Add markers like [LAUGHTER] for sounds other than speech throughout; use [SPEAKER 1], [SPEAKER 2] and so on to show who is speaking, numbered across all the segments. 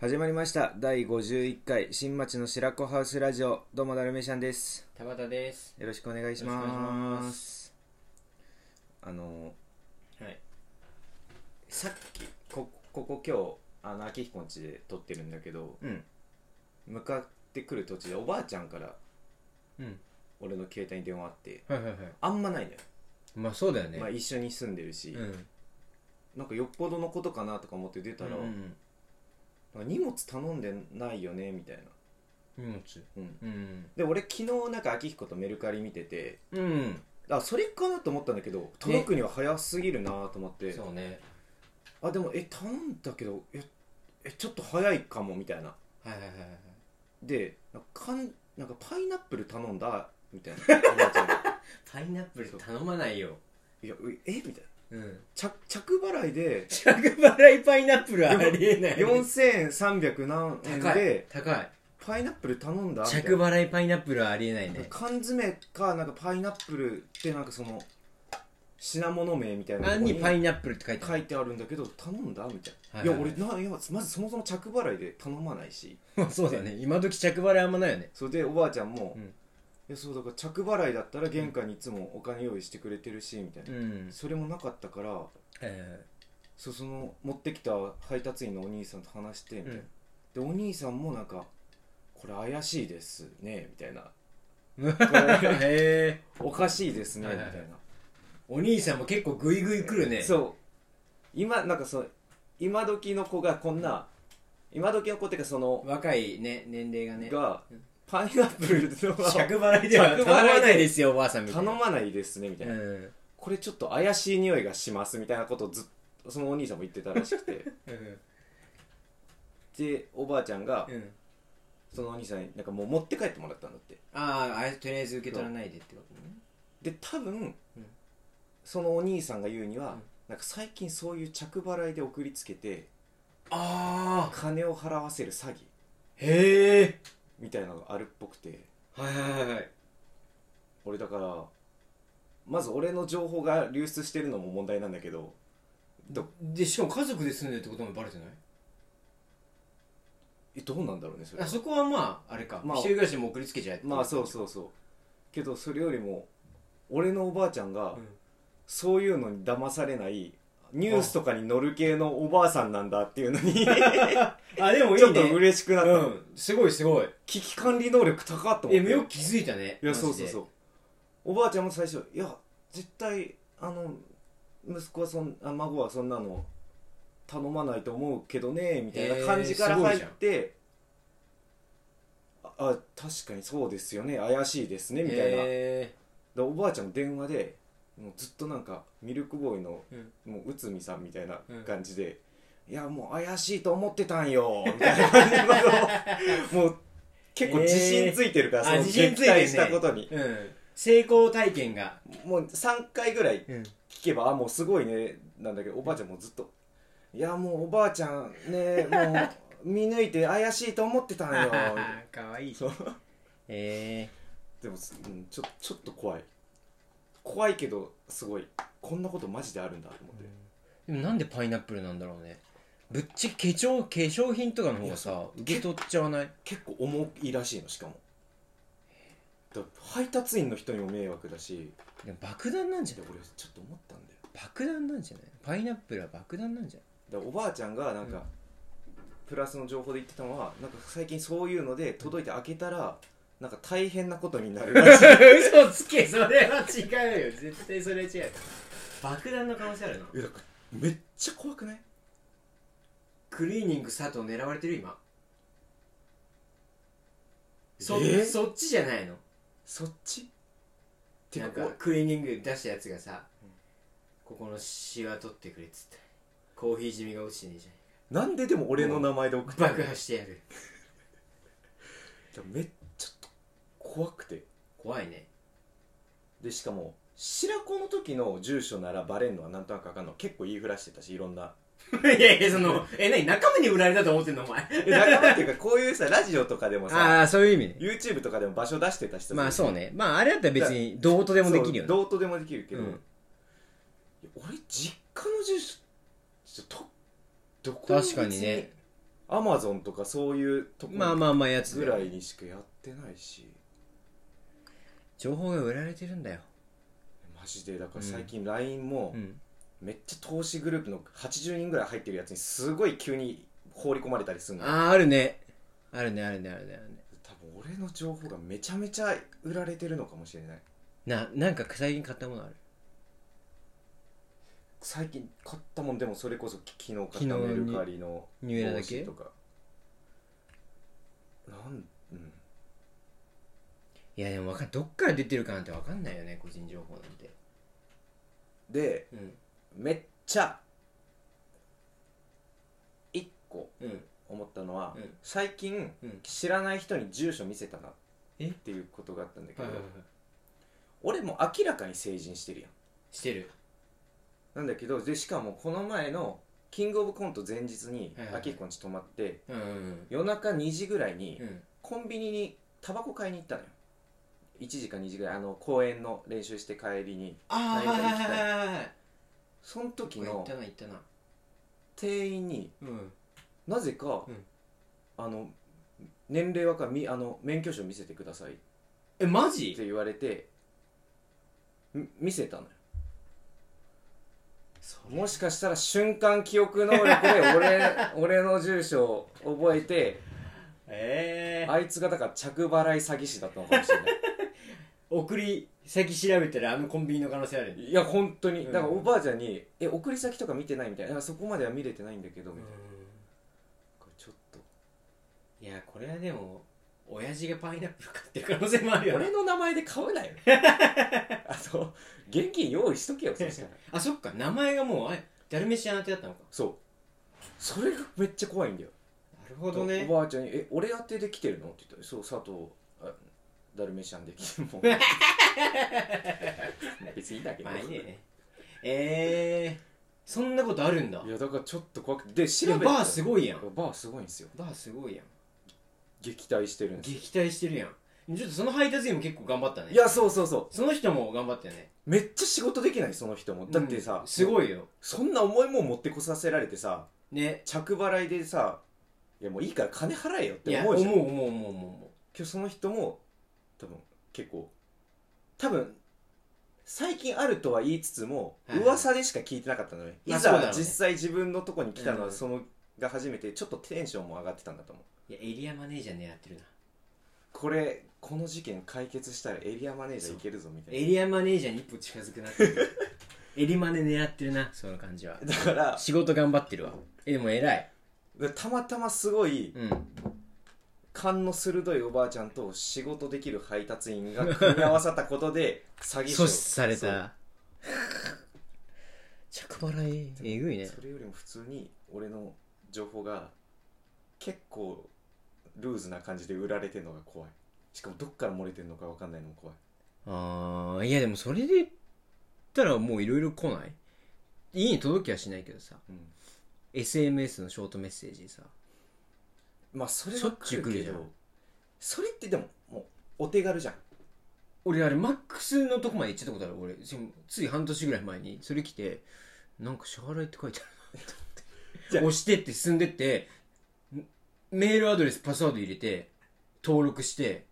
[SPEAKER 1] 始まりました第51回新町の白子ハウスラジオどうもダルメシャンです
[SPEAKER 2] 田畑です
[SPEAKER 1] よろしくお願いし
[SPEAKER 2] よろしくお願
[SPEAKER 1] ま
[SPEAKER 2] いします
[SPEAKER 1] あの
[SPEAKER 2] はい
[SPEAKER 1] さっきこここ今日あの秋彦ん家で撮ってるんだけど
[SPEAKER 2] うん
[SPEAKER 1] 向かってくる途中でおばあちゃんから
[SPEAKER 2] うん
[SPEAKER 1] 俺の携帯に電話あって
[SPEAKER 2] はいはいはい
[SPEAKER 1] あんまないのよ、
[SPEAKER 2] まあそうだよね、
[SPEAKER 1] まあ、一緒に住んでるし、
[SPEAKER 2] うん
[SPEAKER 1] なんかよっぽどのことかなとか思って出たら、
[SPEAKER 2] うん
[SPEAKER 1] なんか荷物頼んでないよねみたいな、
[SPEAKER 2] 荷物
[SPEAKER 1] うん、
[SPEAKER 2] うん
[SPEAKER 1] で俺昨日なんか秋彦とメルカリ見てて
[SPEAKER 2] うん
[SPEAKER 1] あそれかなと思ったんだけど届くには早すぎるなと思って、
[SPEAKER 2] そうね
[SPEAKER 1] あでもえ頼んだけどええちょっと早いかもみたいな
[SPEAKER 2] はいはいはいはい
[SPEAKER 1] でなんかかんなんかパイナップル頼んだみたい
[SPEAKER 2] [LAUGHS]
[SPEAKER 1] なおばあちゃんが
[SPEAKER 2] パイナップル頼まないよ
[SPEAKER 1] いやうえみたいな
[SPEAKER 2] うん
[SPEAKER 1] 着着払い
[SPEAKER 2] [LAUGHS]
[SPEAKER 1] で
[SPEAKER 2] 着払いパイナップルありえない
[SPEAKER 1] 4300何円
[SPEAKER 2] 高い
[SPEAKER 1] で
[SPEAKER 2] 高い
[SPEAKER 1] パイナップル頼んだみたい
[SPEAKER 2] 着
[SPEAKER 1] な
[SPEAKER 2] 払いパイナップルはありえないね
[SPEAKER 1] 缶詰かなんかパイナップルってなんかその品物名みたいなとこ
[SPEAKER 2] 何にパイナップルって書いてあ
[SPEAKER 1] 書い
[SPEAKER 2] る
[SPEAKER 1] てあるんだけど頼んだみたいな、
[SPEAKER 2] はいいはい
[SPEAKER 1] や俺ないやまずそもそも着払いで頼まないし
[SPEAKER 2] そうだね今時着払いあんまないよね
[SPEAKER 1] それでおばあちゃんも、
[SPEAKER 2] うん
[SPEAKER 1] いやそうだから着払いだったら玄関にいつもお金用意してくれてるしみたいな、
[SPEAKER 2] ん
[SPEAKER 1] それもなかったから
[SPEAKER 2] え
[SPEAKER 1] そうその持ってきた配達員のお兄さんと話してみたいな、でお兄さんもなんか「これ怪しいですね」みた
[SPEAKER 2] [LAUGHS]
[SPEAKER 1] いな
[SPEAKER 2] ー
[SPEAKER 1] これ
[SPEAKER 2] へえ
[SPEAKER 1] 「おかしいですね」み
[SPEAKER 2] はい
[SPEAKER 1] た
[SPEAKER 2] はいいはい
[SPEAKER 1] な、
[SPEAKER 2] [LAUGHS] お兄さんも結構グイグイ来るねう
[SPEAKER 1] そう今なんかそう今時の子がこんな今時の子っていうかその
[SPEAKER 2] 若いね年齢がね
[SPEAKER 1] がパイナップル
[SPEAKER 2] [LAUGHS]
[SPEAKER 1] の
[SPEAKER 2] 着払いでは
[SPEAKER 1] 着払いで
[SPEAKER 2] 頼まないですよおばあさんみたい
[SPEAKER 1] 頼
[SPEAKER 2] な
[SPEAKER 1] まないですねみたいな、
[SPEAKER 2] うん
[SPEAKER 1] これちょっと怪しい匂いがしますみたいなことをずっとそのお兄さんも言ってたらしくて
[SPEAKER 2] うん
[SPEAKER 1] でおばあちゃんが
[SPEAKER 2] うん
[SPEAKER 1] そのお兄さんになんかもう持って帰ってもらったんだって
[SPEAKER 2] あーあれとりあえず受け取らないでってことね
[SPEAKER 1] で多分、
[SPEAKER 2] うん
[SPEAKER 1] そのお兄さんが言うには、
[SPEAKER 2] うん
[SPEAKER 1] なんか最近そういう着払いで送りつけて
[SPEAKER 2] ああ
[SPEAKER 1] 金を払わせる詐欺
[SPEAKER 2] へえ
[SPEAKER 1] みたいなのがあるっぽくて
[SPEAKER 2] はいはいはいはい
[SPEAKER 1] 俺だからまず俺の情報が流出してるのも問題なんだけどど
[SPEAKER 2] でしかも家族で住んでるってこともバレてない
[SPEAKER 1] えどうなんだろうねそれ
[SPEAKER 2] あそこはまああれか、
[SPEAKER 1] まあ
[SPEAKER 2] 一人暮らしでも送りつけちゃえって
[SPEAKER 1] まあそうそうそうけどそれよりも俺のおばあちゃんが
[SPEAKER 2] うん
[SPEAKER 1] そういうのに騙されないニュースとかに載る系のおばあさんなんだっていうの
[SPEAKER 2] [LAUGHS]
[SPEAKER 1] に
[SPEAKER 2] あで
[SPEAKER 1] [LAUGHS]
[SPEAKER 2] もい
[SPEAKER 1] ち
[SPEAKER 2] い
[SPEAKER 1] ょ
[SPEAKER 2] ね
[SPEAKER 1] っと嬉しくなった、
[SPEAKER 2] うんすごいすごい
[SPEAKER 1] 危機管理能力高っと思
[SPEAKER 2] え
[SPEAKER 1] って
[SPEAKER 2] よく気づいたね
[SPEAKER 1] いやそうそうそう
[SPEAKER 2] う
[SPEAKER 1] おばあちゃんも最初いや絶対あの息子はそんあ孫はそんなの頼まないと思うけどねみたいな感じから
[SPEAKER 2] えーすご
[SPEAKER 1] 入
[SPEAKER 2] い
[SPEAKER 1] っ
[SPEAKER 2] じゃん
[SPEAKER 1] て、ああ確かにそうですよね怪しいですねみたいな、
[SPEAKER 2] え
[SPEAKER 1] でおばあちゃんも電話でもうずっとなんかミルクボーイの、もう内海さんみたいな感じで「いやもう怪しいと思ってたんよ」みたいな感じのこと
[SPEAKER 2] [LAUGHS]
[SPEAKER 1] をもう結構自信ついてるから、
[SPEAKER 2] えーあ
[SPEAKER 1] その
[SPEAKER 2] 自信つ
[SPEAKER 1] 撃
[SPEAKER 2] いてるね
[SPEAKER 1] 退したことに、
[SPEAKER 2] うん成功体験が
[SPEAKER 1] もう3回ぐらい
[SPEAKER 2] うん
[SPEAKER 1] 聞けば「あもうすごいね」なんだけどおばあちゃんもずっと「いやもうおばあちゃんねもう見抜いて怪しいと思ってたん
[SPEAKER 2] [LAUGHS]
[SPEAKER 1] よ」みたいな
[SPEAKER 2] かわいい
[SPEAKER 1] そう
[SPEAKER 2] え
[SPEAKER 1] でも、うん、ちょちょっと怖い怖いけどすごいこんなことマジであるんだと思って、
[SPEAKER 2] ー、でもなんでパイナップルなんだろうねぶっちゃけ化粧化粧品とかの方が
[SPEAKER 1] いや
[SPEAKER 2] さ
[SPEAKER 1] そう
[SPEAKER 2] 受け取っちゃわない
[SPEAKER 1] 結構重いらしいのしかもだから配達員の人にも迷惑だし
[SPEAKER 2] でも爆弾なんじゃ
[SPEAKER 1] で
[SPEAKER 2] ない
[SPEAKER 1] 俺ちょっと思ったんだよ
[SPEAKER 2] 爆弾なんじゃないパイナップルは爆弾なんじゃ
[SPEAKER 1] だからおばあちゃんがなんか、
[SPEAKER 2] うん
[SPEAKER 1] プラスの情報で言ってたのはなんか最近そういうので届いて開けたらなんか大変なことになる
[SPEAKER 2] [LAUGHS]
[SPEAKER 1] らしい
[SPEAKER 2] ない嘘つけそれは違うよ絶対それは違う爆弾の可能性あるの
[SPEAKER 1] いやだからめっちゃ怖くない
[SPEAKER 2] クリーニング佐藤狙われてる今そ
[SPEAKER 1] え
[SPEAKER 2] そっちじゃないの
[SPEAKER 1] そっちって
[SPEAKER 2] な
[SPEAKER 1] か
[SPEAKER 2] んかクリーニング出したやつがさ、ここのシワ取ってくれっつってコーヒー染みが落ちてねえじ
[SPEAKER 1] なんででも俺の名前で送った
[SPEAKER 2] ゃん
[SPEAKER 1] の
[SPEAKER 2] 爆破してやる
[SPEAKER 1] だからめっちゃちょっと怖くて
[SPEAKER 2] 怖いね
[SPEAKER 1] でしかも白子の時の住所ならバレんのはなんとなく分かんの結構言いふらしてたしいろんな
[SPEAKER 2] [LAUGHS] いやいやそのえ何仲間に売られたと思ってんのお前
[SPEAKER 1] え仲間っていうか
[SPEAKER 2] [LAUGHS]
[SPEAKER 1] こういうさラジオとかでもさ
[SPEAKER 2] ああそういう意味ね
[SPEAKER 1] YouTube とかでも場所出してたしさ
[SPEAKER 2] まあ
[SPEAKER 1] う
[SPEAKER 2] そうねまああれだったら別にどうとでもできるよね
[SPEAKER 1] どうとでもできるけど、
[SPEAKER 2] うん
[SPEAKER 1] いや俺実家の住所ちょっとどこ
[SPEAKER 2] 確かにね
[SPEAKER 1] 別アマゾンとかそういうとこ
[SPEAKER 2] まあまあまあやつ
[SPEAKER 1] ぐ
[SPEAKER 2] だ
[SPEAKER 1] ら
[SPEAKER 2] よ
[SPEAKER 1] いにしかやってないし
[SPEAKER 2] 情報が売られてるんだよ
[SPEAKER 1] マジでだから最近 LINE も
[SPEAKER 2] うん
[SPEAKER 1] めっちゃ投資グループの80人ぐらい入ってるやつにすごい急に放り込まれたりするの
[SPEAKER 2] あああるねあるねあるねあるねあるね
[SPEAKER 1] 多分俺の情報がめちゃめちゃ売られてるのかもしれない
[SPEAKER 2] ななんか最近買ったものある
[SPEAKER 1] 最近買ったもんでもそれこそ昨日
[SPEAKER 2] 昨
[SPEAKER 1] 買
[SPEAKER 2] 日
[SPEAKER 1] った
[SPEAKER 2] に
[SPEAKER 1] メルカリの
[SPEAKER 2] ニューエラだけ
[SPEAKER 1] 帽子とかなん、うん、
[SPEAKER 2] いやでもわかんどっから出てるかなんてわかんないよね個人情報なんて
[SPEAKER 1] で
[SPEAKER 2] うん
[SPEAKER 1] めっちゃ一個
[SPEAKER 2] うん
[SPEAKER 1] 思ったのは、
[SPEAKER 2] うん
[SPEAKER 1] 最近
[SPEAKER 2] うん
[SPEAKER 1] 知らない人に住所見せたなっ
[SPEAKER 2] え
[SPEAKER 1] ていうことがあったんだけ
[SPEAKER 2] は
[SPEAKER 1] ど、
[SPEAKER 2] いはいはい
[SPEAKER 1] 俺もう明らかに成人してるやん
[SPEAKER 2] してる
[SPEAKER 1] なんだけどでしかもこの前のキングオブコント前日に
[SPEAKER 2] はいはいはい
[SPEAKER 1] 明彦んち泊まって
[SPEAKER 2] うんうん
[SPEAKER 1] 夜中2時ぐらいに、
[SPEAKER 2] うんうん
[SPEAKER 1] コンビニにタバコ買いに行ったのよ1時か2時ぐらいあの公演の練習して帰りに
[SPEAKER 2] ああはいはいはいはいはい
[SPEAKER 1] その時
[SPEAKER 2] 行っ
[SPEAKER 1] の
[SPEAKER 2] たな行ったな
[SPEAKER 1] 店員に
[SPEAKER 2] うん
[SPEAKER 1] なぜか、
[SPEAKER 2] うん
[SPEAKER 1] あの年齢はかみあの免許証見せてくださいっ
[SPEAKER 2] えマ
[SPEAKER 1] て
[SPEAKER 2] ジ
[SPEAKER 1] 言われてみ見せたのよ
[SPEAKER 2] そ
[SPEAKER 1] もしかしたら瞬間記憶能力で
[SPEAKER 2] [LAUGHS]
[SPEAKER 1] 俺俺の住所を覚えて
[SPEAKER 2] ええ
[SPEAKER 1] あいつがだから着払い詐欺師だったのかもしれない
[SPEAKER 2] 送り先調べたらあのコンビニの可能性ある
[SPEAKER 1] いや本当に
[SPEAKER 2] うん
[SPEAKER 1] だからおばあちゃんに「え送り先とか見てない?」みたいな「いやそこまでは見れてないんだけど」みたいなこれちょっと
[SPEAKER 2] いやこれはでも親父がパイナップル買ってる可能性もあるよね
[SPEAKER 1] 俺の名前で買うなよ [LAUGHS] あと現金用意しとけよそ
[SPEAKER 2] [LAUGHS]
[SPEAKER 1] したら
[SPEAKER 2] あそっか名前がもうあれダルメシアン宛てだったのか
[SPEAKER 1] そうそれがめっちゃ怖いんだよ
[SPEAKER 2] なるほどね
[SPEAKER 1] おばあちゃんに「え俺宛てで来てるの?」って言ったら「そう佐藤あダルメシャンで来て
[SPEAKER 2] [LAUGHS]
[SPEAKER 1] もう別にいいんだけど
[SPEAKER 2] まあいいねええそんなことあるんだ
[SPEAKER 1] いやだからちょっと怖くてで
[SPEAKER 2] い
[SPEAKER 1] 調べ
[SPEAKER 2] や
[SPEAKER 1] て
[SPEAKER 2] バーすごいやん
[SPEAKER 1] バーすごいんですよ
[SPEAKER 2] バーすごいやん
[SPEAKER 1] 撃退してるんですよ
[SPEAKER 2] 撃退してるやんちょっとその配達員も結構頑張ったね
[SPEAKER 1] いやそうそうそう
[SPEAKER 2] その人も頑張ったよね
[SPEAKER 1] めっちゃ仕事できないその人もだってさ、
[SPEAKER 2] うんすごいよ
[SPEAKER 1] そんな重いもん持ってこさせられてさ
[SPEAKER 2] ね
[SPEAKER 1] 着払いでさいやもういいから金払えよっ
[SPEAKER 2] い
[SPEAKER 1] て
[SPEAKER 2] や
[SPEAKER 1] 思う
[SPEAKER 2] 思う
[SPEAKER 1] じゃん
[SPEAKER 2] 思
[SPEAKER 1] 今
[SPEAKER 2] う思う思う思
[SPEAKER 1] 日その人も多分結構多分最近あるとは言いつつも、
[SPEAKER 2] はいはい
[SPEAKER 1] 噂でしか聞いてなかったのねい
[SPEAKER 2] まあそうだろう
[SPEAKER 1] ざ
[SPEAKER 2] ね
[SPEAKER 1] 実際自分のとこに来たの
[SPEAKER 2] う
[SPEAKER 1] は
[SPEAKER 2] ん
[SPEAKER 1] そのが初めてちょっとテンションも上がってたんだと思う
[SPEAKER 2] ういやエリアマネージャー狙ってるな
[SPEAKER 1] これこの事件解決したらエリアマネージャーいけるぞみたい
[SPEAKER 2] エリアマネージャーに一歩近づくなって [LAUGHS] るエリマネ狙ってるなその感じは
[SPEAKER 1] なだから
[SPEAKER 2] 仕事頑張ってるわえでも偉い
[SPEAKER 1] たまたますごい
[SPEAKER 2] うん
[SPEAKER 1] 勘の鋭いおばあちゃんと仕事できる配達員が組み合わさったことで詐欺師
[SPEAKER 2] 阻
[SPEAKER 1] を
[SPEAKER 2] 止され
[SPEAKER 1] そう
[SPEAKER 2] た [LAUGHS] 着払いえぐいね
[SPEAKER 1] それよりも普通に俺の情報が結構ルーズな感じで売られてるのが怖いしかもどっから漏れてるのか分かんないのも怖い
[SPEAKER 2] あーいやでもそれで言ったらもういろいろ来ない家に届きはしないけどさ
[SPEAKER 1] うん
[SPEAKER 2] SMS のショートメッセージさ
[SPEAKER 1] まあそれ
[SPEAKER 2] しょ
[SPEAKER 1] は
[SPEAKER 2] っちゅう
[SPEAKER 1] 来るけ
[SPEAKER 2] 来るじゃ
[SPEAKER 1] ど
[SPEAKER 2] ん
[SPEAKER 1] それってでももうお手軽じゃん
[SPEAKER 2] 俺あれマックスのとこまで行っちゃったことある俺しつい半年ぐらい前にそれ来てなんか支払いって書いてあ
[SPEAKER 1] [LAUGHS] じ
[SPEAKER 2] る
[SPEAKER 1] ゃ
[SPEAKER 2] な
[SPEAKER 1] あ
[SPEAKER 2] 押してって進んでってんメールアドレスパスワード入れて登録して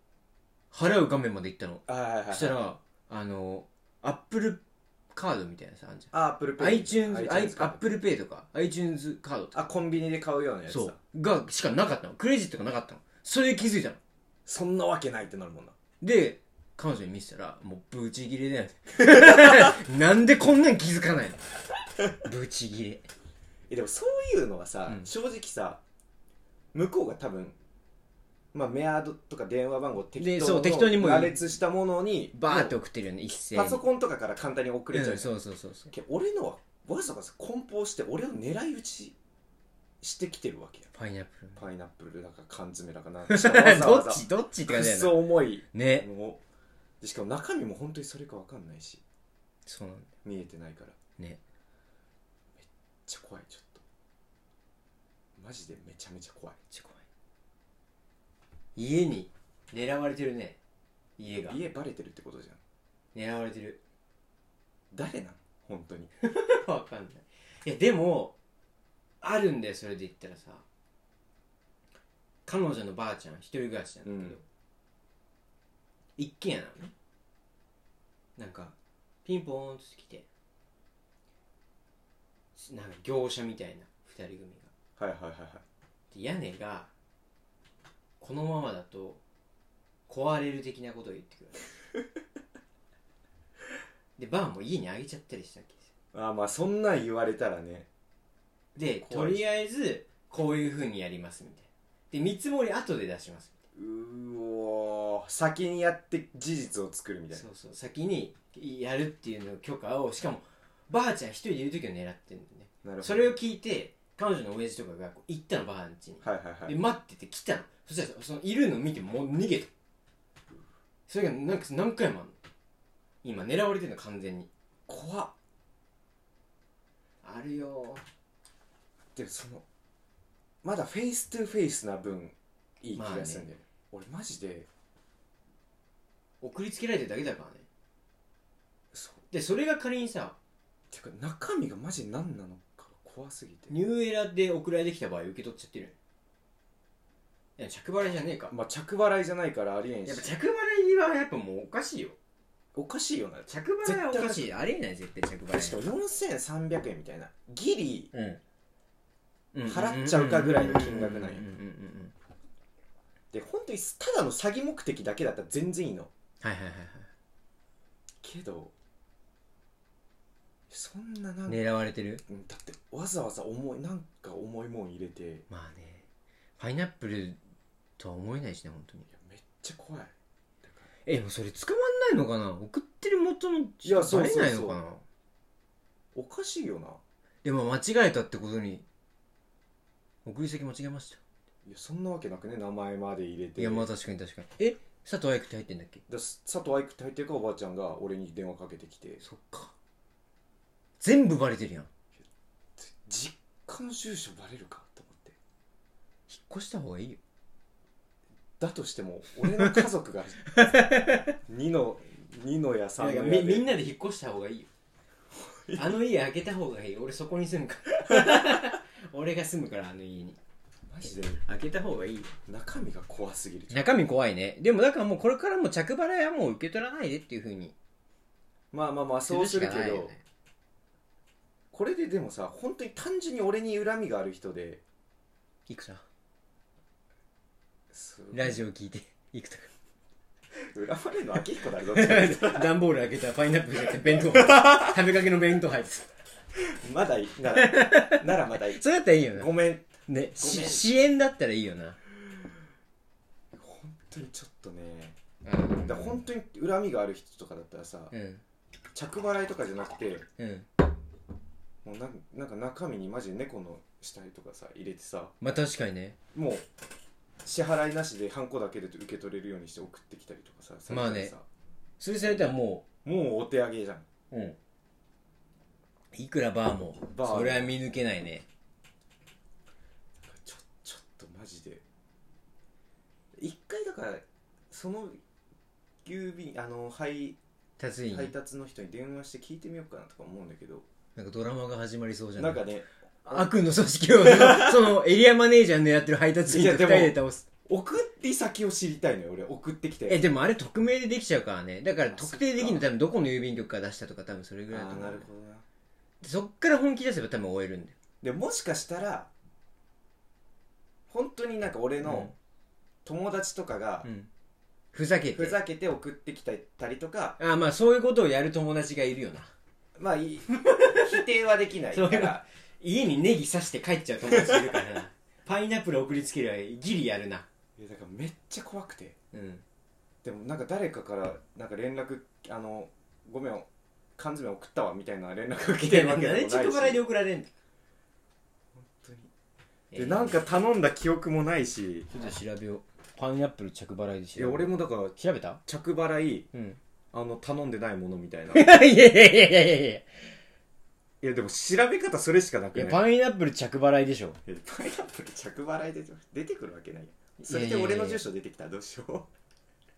[SPEAKER 2] 払う画面まで行ったの
[SPEAKER 1] あはいはい
[SPEAKER 2] そしたらあのアップルカードみたいなさあんじゃん
[SPEAKER 1] あアップル
[SPEAKER 2] iTunes ア
[SPEAKER 1] iTunes カード
[SPEAKER 2] ップルペイとか iTunes カードとか
[SPEAKER 1] あコンビニで買うようなやつだ
[SPEAKER 2] そうがしかなかったのクレジットがなかったのそれで気づいたの
[SPEAKER 1] そんなわけないってなるもんな
[SPEAKER 2] で彼女に見せたらもうブチギレだよね
[SPEAKER 1] [LAUGHS]
[SPEAKER 2] なんでこんなん気づかないのブチギレ
[SPEAKER 1] えでもそういうのはさ、
[SPEAKER 2] うん
[SPEAKER 1] 正直さ向こうが多分まあメアドとか電話番号適
[SPEAKER 2] で
[SPEAKER 1] 当
[SPEAKER 2] そう適当にもう
[SPEAKER 1] 羅列したものに
[SPEAKER 2] バーって送ってるよね一斉に
[SPEAKER 1] パソコンとかから簡単に送れちゃう,、
[SPEAKER 2] うんそうそうそうそう
[SPEAKER 1] け俺のはわざわざ梱包して俺を狙い撃ちしてきてるわけや
[SPEAKER 2] パイナップル
[SPEAKER 1] パイナップルだか缶詰だかなんかしかもわざ
[SPEAKER 2] [LAUGHS] ど
[SPEAKER 1] わ
[SPEAKER 2] っ
[SPEAKER 1] ざ
[SPEAKER 2] ちどっちっ
[SPEAKER 1] く
[SPEAKER 2] て感
[SPEAKER 1] っ
[SPEAKER 2] じだよ
[SPEAKER 1] そ重い
[SPEAKER 2] ねね
[SPEAKER 1] のをでしかも中身も本当にそれか分かんないし
[SPEAKER 2] そうなんだ
[SPEAKER 1] 見えてないからめっ
[SPEAKER 2] よね
[SPEAKER 1] ちゃ怖いちょっとマジでめちゃめちゃ怖い
[SPEAKER 2] ちょ怖い家に狙われてるね家が
[SPEAKER 1] 家バレてるってことじゃん
[SPEAKER 2] 狙われてる
[SPEAKER 1] 誰なん本当に
[SPEAKER 2] わかんないいやでもあるんだよそれで言ったらさ彼女のばあちゃん一人暮らしなんだけど、
[SPEAKER 1] うん
[SPEAKER 2] 一軒家なのねなんかピンポーンと来てなんか業者みたいな二人組が
[SPEAKER 1] はいはいはい
[SPEAKER 2] で屋根がこのままだと壊れる的なことを言ってくるでバーも家にあげちゃったりしたわけですよ
[SPEAKER 1] あーまあそんなん言われたらね
[SPEAKER 2] でと
[SPEAKER 1] 怖い
[SPEAKER 2] りあえずこういうふうにやりますみたいなで見積もり後で出します
[SPEAKER 1] うーおー先にやって事実を作るみ
[SPEAKER 2] み
[SPEAKER 1] た
[SPEAKER 2] たい
[SPEAKER 1] い
[SPEAKER 2] な
[SPEAKER 1] な
[SPEAKER 2] そうそう先にやるっていうの許可をしかもばあちゃん一人でいる時を狙ってるんだよね
[SPEAKER 1] なるほど
[SPEAKER 2] それを聞いて彼女の親父とかがこう行ったのばあちんに
[SPEAKER 1] はいはいはい
[SPEAKER 2] で待ってて来たのそしたらそのいるの見てもう逃げたそれがなんか何回もあんの今狙われてるの完全に
[SPEAKER 1] 怖っ
[SPEAKER 2] あるよ
[SPEAKER 1] でもそのまだフェイストゥフェイスな分いい気がするんだよね、俺マジで
[SPEAKER 2] 送りつけられてるだけだからね
[SPEAKER 1] そう
[SPEAKER 2] でそれが仮にさ
[SPEAKER 1] てか中身がマジ何なのか怖すぎて
[SPEAKER 2] ニューエラで送られてきた場合受け取っちゃってるよねいや着払いじゃねえか
[SPEAKER 1] まあ着払いじゃないからありえん
[SPEAKER 2] やっ
[SPEAKER 1] し
[SPEAKER 2] ぱ着払いはやっぱもうおかしいよ
[SPEAKER 1] おかしいよな
[SPEAKER 2] 着払いはおかしいありえない絶対
[SPEAKER 1] 確
[SPEAKER 2] 着
[SPEAKER 1] か
[SPEAKER 2] 払い
[SPEAKER 1] 4300円みたいなギリ
[SPEAKER 2] うん
[SPEAKER 1] 払っちゃうかぐらいの金額なんや
[SPEAKER 2] うんうんうんうん
[SPEAKER 1] で本当にただの詐欺目的だけだったら全然いいの
[SPEAKER 2] はいはいはいはい
[SPEAKER 1] けどそんななんか、
[SPEAKER 2] 狙われてる
[SPEAKER 1] うんだってわざわざ重いなんか重いもん入れていや
[SPEAKER 2] まあねパイナップルとは思えないしね本当に
[SPEAKER 1] めっちゃ怖い
[SPEAKER 2] えでもそれ捕まんないのかな送ってる元の
[SPEAKER 1] いやそうそうそう
[SPEAKER 2] バレないのかな
[SPEAKER 1] おかしいよな
[SPEAKER 2] でも間違えたってことに送り先間違えました
[SPEAKER 1] いやそんなわけなくね名前まで入れて
[SPEAKER 2] いやまあ確かに確かにえ佐藤愛久って入ってんだっけ
[SPEAKER 1] だ佐藤愛くって入ってるかおばあちゃんが俺に電話かけてきて
[SPEAKER 2] そっか全部バレてるやん
[SPEAKER 1] 実家の住所バレるかと思って
[SPEAKER 2] 引っ越した方がいいよ
[SPEAKER 1] だとしても俺の家族
[SPEAKER 2] [LAUGHS]
[SPEAKER 1] が二の二のや三のやで
[SPEAKER 2] みんなで引っ越した方がいいよあの家開けた方がいい俺そこに住むから [LAUGHS] 俺が住むからあの家に
[SPEAKER 1] マジで
[SPEAKER 2] 開けた方がいいよ
[SPEAKER 1] 中身が怖すぎる
[SPEAKER 2] 中身怖いねでもだからもうこれからも着払いはもう受け取らないでっていうふうに
[SPEAKER 1] まあまあまあそうするけ
[SPEAKER 2] しかないよ
[SPEAKER 1] ど
[SPEAKER 2] ね
[SPEAKER 1] これででもさ本当に単純に俺に恨みがある人で
[SPEAKER 2] いくさ
[SPEAKER 1] そう
[SPEAKER 2] ラジオ聞いていくと
[SPEAKER 1] 恨まれるの明彦だろどっ
[SPEAKER 2] [LAUGHS]
[SPEAKER 1] ちかっていうと
[SPEAKER 2] か段ボール開けたらパイナップルじゃなくて弁当 [LAUGHS] 食べかけの弁当入って
[SPEAKER 1] まだいいならならまだいい
[SPEAKER 2] たそれだったらいいよな
[SPEAKER 1] ごめん
[SPEAKER 2] ね
[SPEAKER 1] ごめ
[SPEAKER 2] し
[SPEAKER 1] ん
[SPEAKER 2] 支援だったらいいよな
[SPEAKER 1] 本当にちょっとね
[SPEAKER 2] うん
[SPEAKER 1] だから本当に恨みがある人とかだったらさ、
[SPEAKER 2] うん
[SPEAKER 1] 着払いとかじゃなくて
[SPEAKER 2] うん
[SPEAKER 1] もうなんなんか中身にマジで猫の死体とかさ入れてさ
[SPEAKER 2] まあ確かにね
[SPEAKER 1] もう支払いなしでハンコだけで受け取れるようにして送ってきたりとかさされたらさ
[SPEAKER 2] まあねそれされたらも
[SPEAKER 1] もうお手上げじゃん
[SPEAKER 2] ううんいくらバーも
[SPEAKER 1] バーも
[SPEAKER 2] それは見抜けないね
[SPEAKER 1] ちょちょっとマジで一回だからその郵便あの配
[SPEAKER 2] 達員
[SPEAKER 1] 配達の人に電話して聞いてみようかなとか思うんだけど
[SPEAKER 2] なんかドラマが始まりそうじゃな
[SPEAKER 1] ないんかね
[SPEAKER 2] 悪の組織
[SPEAKER 1] [LAUGHS]
[SPEAKER 2] を、そのエリアマネージャー狙ってる配達員と二人
[SPEAKER 1] いや
[SPEAKER 2] で
[SPEAKER 1] で
[SPEAKER 2] 倒す。
[SPEAKER 1] 送り先を知りたいのよ俺送ってきて
[SPEAKER 2] え、でもあれ匿名でできちゃうからね。だから
[SPEAKER 1] あ
[SPEAKER 2] 特定できるの多分どこの郵便局から出したとか多分それぐらいだ
[SPEAKER 1] あ
[SPEAKER 2] と
[SPEAKER 1] あ
[SPEAKER 2] 思
[SPEAKER 1] な
[SPEAKER 2] う
[SPEAKER 1] るほどな
[SPEAKER 2] でそっから本気出せば多分終えるんだよ。
[SPEAKER 1] でもしかしたら本当になんか俺の友達とかが
[SPEAKER 2] うん。ふざけて。
[SPEAKER 1] ふざけて送ってきたりとか、
[SPEAKER 2] あ、まあそういうことをやる友達がいるよな。
[SPEAKER 1] まあい
[SPEAKER 2] [LAUGHS]
[SPEAKER 1] い否定はできない
[SPEAKER 2] そう
[SPEAKER 1] か
[SPEAKER 2] いうの
[SPEAKER 1] ら
[SPEAKER 2] 家にネギ刺して帰っちゃう友達いるから
[SPEAKER 1] [LAUGHS]
[SPEAKER 2] な。パイナップル送りつけるはギリやるな。
[SPEAKER 1] いやだからめっちゃ怖くて
[SPEAKER 2] うん。
[SPEAKER 1] でもなんか誰かからなんか連絡あのごめん缶詰送ったわみたいな連絡が来てるわけでもないし
[SPEAKER 2] なんで着払いで
[SPEAKER 1] 本
[SPEAKER 2] 送られんだ
[SPEAKER 1] 当に
[SPEAKER 2] え
[SPEAKER 1] で
[SPEAKER 2] ー
[SPEAKER 1] なんか頼んだ記憶もないし
[SPEAKER 2] ちょっと調べよう。パイナップル着払いで
[SPEAKER 1] い
[SPEAKER 2] 調べ
[SPEAKER 1] や
[SPEAKER 2] よう
[SPEAKER 1] 俺もだから
[SPEAKER 2] 調べた
[SPEAKER 1] 着払い
[SPEAKER 2] うん。
[SPEAKER 1] あの頼んでないものみたいな [LAUGHS]
[SPEAKER 2] い
[SPEAKER 1] い
[SPEAKER 2] やいやいやいやいやいや。
[SPEAKER 1] やでも調べ方それしかなく
[SPEAKER 2] い
[SPEAKER 1] な
[SPEAKER 2] や、
[SPEAKER 1] い
[SPEAKER 2] パイナップル着払いでしょ。
[SPEAKER 1] えパイナップル着払いで出てくるわけないやんそれで俺の住所出てきたらどうしよ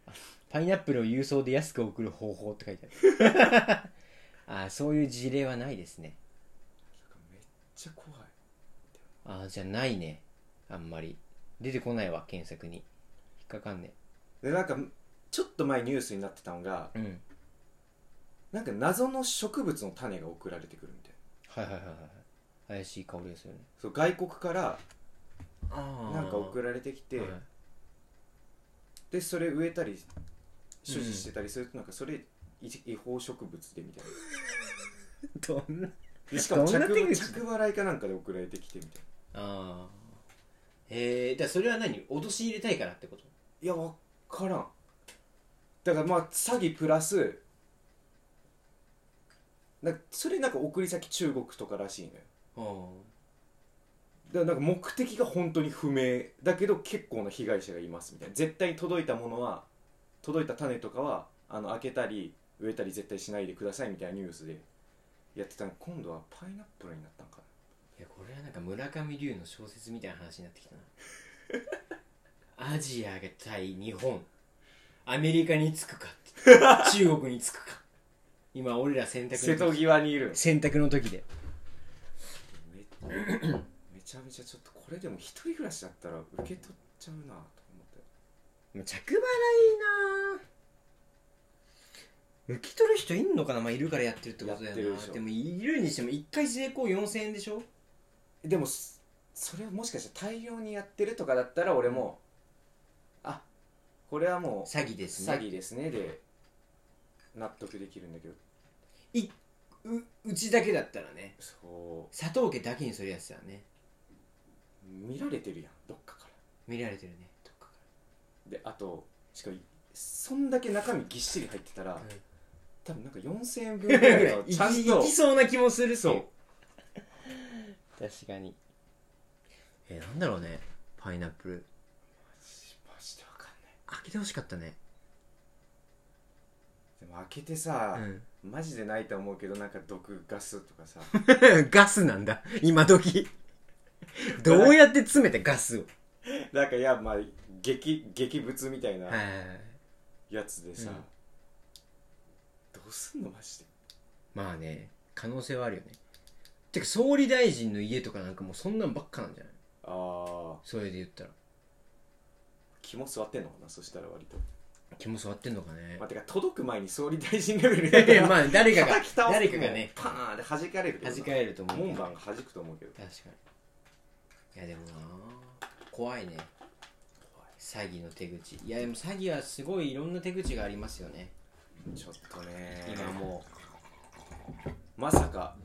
[SPEAKER 1] う
[SPEAKER 2] パイナップルを郵送で安く送る方法って書い
[SPEAKER 1] [LAUGHS]
[SPEAKER 2] てある。あーそういう事例はないですね。
[SPEAKER 1] めっちゃ怖い
[SPEAKER 2] あーじゃあないね。あんまり。出てこないわ検索に引っかかんね
[SPEAKER 1] でなんかちょっと前ニュースになってたのが
[SPEAKER 2] うん
[SPEAKER 1] なんか謎の植物の種が送られてくるみたいな
[SPEAKER 2] はいはいはいはい怪しい香りですよね
[SPEAKER 1] そう外国から
[SPEAKER 2] あ
[SPEAKER 1] なんか送
[SPEAKER 2] ら
[SPEAKER 1] られてきて、でそれ植えたり所持してたりするとなんかそれい違法植物でみたいな
[SPEAKER 2] どんな
[SPEAKER 1] でしかも
[SPEAKER 2] ど
[SPEAKER 1] 着
[SPEAKER 2] んな手口
[SPEAKER 1] 着払いかなんかで送られてきてみたい
[SPEAKER 2] ああへえじゃあそれは何脅し入れたいからってこと
[SPEAKER 1] ないや分からんだからまあ詐欺プラスなんかそれなんか送り先中国とからしいのよ
[SPEAKER 2] あ
[SPEAKER 1] だからなんか目的が本当に不明だけど結構な被害者がいますみたいな絶対に届いたものは届いた種とかはあの開けたり植えたり絶対しないでくださいみたいなニュースでやってたの今度はパイナップルになったのかない
[SPEAKER 2] やこれはなんか村上龍の小説みたいな話になってきたな [LAUGHS] アジアが対日本アメリカに着くかって中国に着くか今俺ら選択
[SPEAKER 1] [LAUGHS] 瀬
[SPEAKER 2] の
[SPEAKER 1] 戸
[SPEAKER 2] 時
[SPEAKER 1] 際にいるの
[SPEAKER 2] 選択の時で
[SPEAKER 1] めめちゃめちゃちょっとこれでも一人暮らしだったら受け取っちゃうなと思って
[SPEAKER 2] もう着払いな受け取る人いんのかなまあいるからやってるってことだよ
[SPEAKER 1] やっ
[SPEAKER 2] な
[SPEAKER 1] てるでしょ
[SPEAKER 2] でもいるにしても1回税込4000円でしょ
[SPEAKER 1] でもそそれをもしかして大量にやってるとかだったら俺もあこれはもう
[SPEAKER 2] 詐欺ですね
[SPEAKER 1] 詐欺ですねで納得できるんだけど
[SPEAKER 2] ううちだけだったらね
[SPEAKER 1] そ
[SPEAKER 2] 佐藤家だけにするやつだね
[SPEAKER 1] う見られてるやんどっかから
[SPEAKER 2] 見られてる [LAUGHS] ねどっかか
[SPEAKER 1] であとしかもそんだけ中身ぎっしり入ってたら、
[SPEAKER 2] うん
[SPEAKER 1] 多分なんか4000円分ぐ
[SPEAKER 2] [LAUGHS]
[SPEAKER 1] らいのちゃんと
[SPEAKER 2] そうな気もする
[SPEAKER 1] そう
[SPEAKER 2] 確かにえー、なんだろうねパイナップル
[SPEAKER 1] マジでわかんない
[SPEAKER 2] 開けてほしかったね
[SPEAKER 1] でも開けてさ、
[SPEAKER 2] う
[SPEAKER 1] マジでないと思うけどなんか毒ガスとかさ [LAUGHS]
[SPEAKER 2] ん [LAUGHS] ガスなんだ今 [LAUGHS] 時どうやって詰めてガスを
[SPEAKER 1] なんかいやまあ激激物みたいな
[SPEAKER 2] はい
[SPEAKER 1] やつでさ、
[SPEAKER 2] うん
[SPEAKER 1] どうすんのマジで
[SPEAKER 2] まあね可能性はあるよねてか総理大臣の家とかなんかもうそんなんばっかなんじゃない
[SPEAKER 1] ああ
[SPEAKER 2] それで言ったら
[SPEAKER 1] 肝座ってんのかなそしたら割と、
[SPEAKER 2] 気も座ってんのかね [LAUGHS]
[SPEAKER 1] まあ、てか届く前に総理大臣レベル
[SPEAKER 2] い
[SPEAKER 1] で
[SPEAKER 2] やまあ誰かが
[SPEAKER 1] 叩き倒す
[SPEAKER 2] 誰かがね
[SPEAKER 1] パーンで弾かれるけどな
[SPEAKER 2] 弾かれると思うけど
[SPEAKER 1] 門番が弾くと思うけど
[SPEAKER 2] 確かにいやでもな怖いね詐欺の手口いやでも詐欺はすごいいろんな手口がありますよね
[SPEAKER 1] ちょっとね
[SPEAKER 2] 今も
[SPEAKER 1] まさか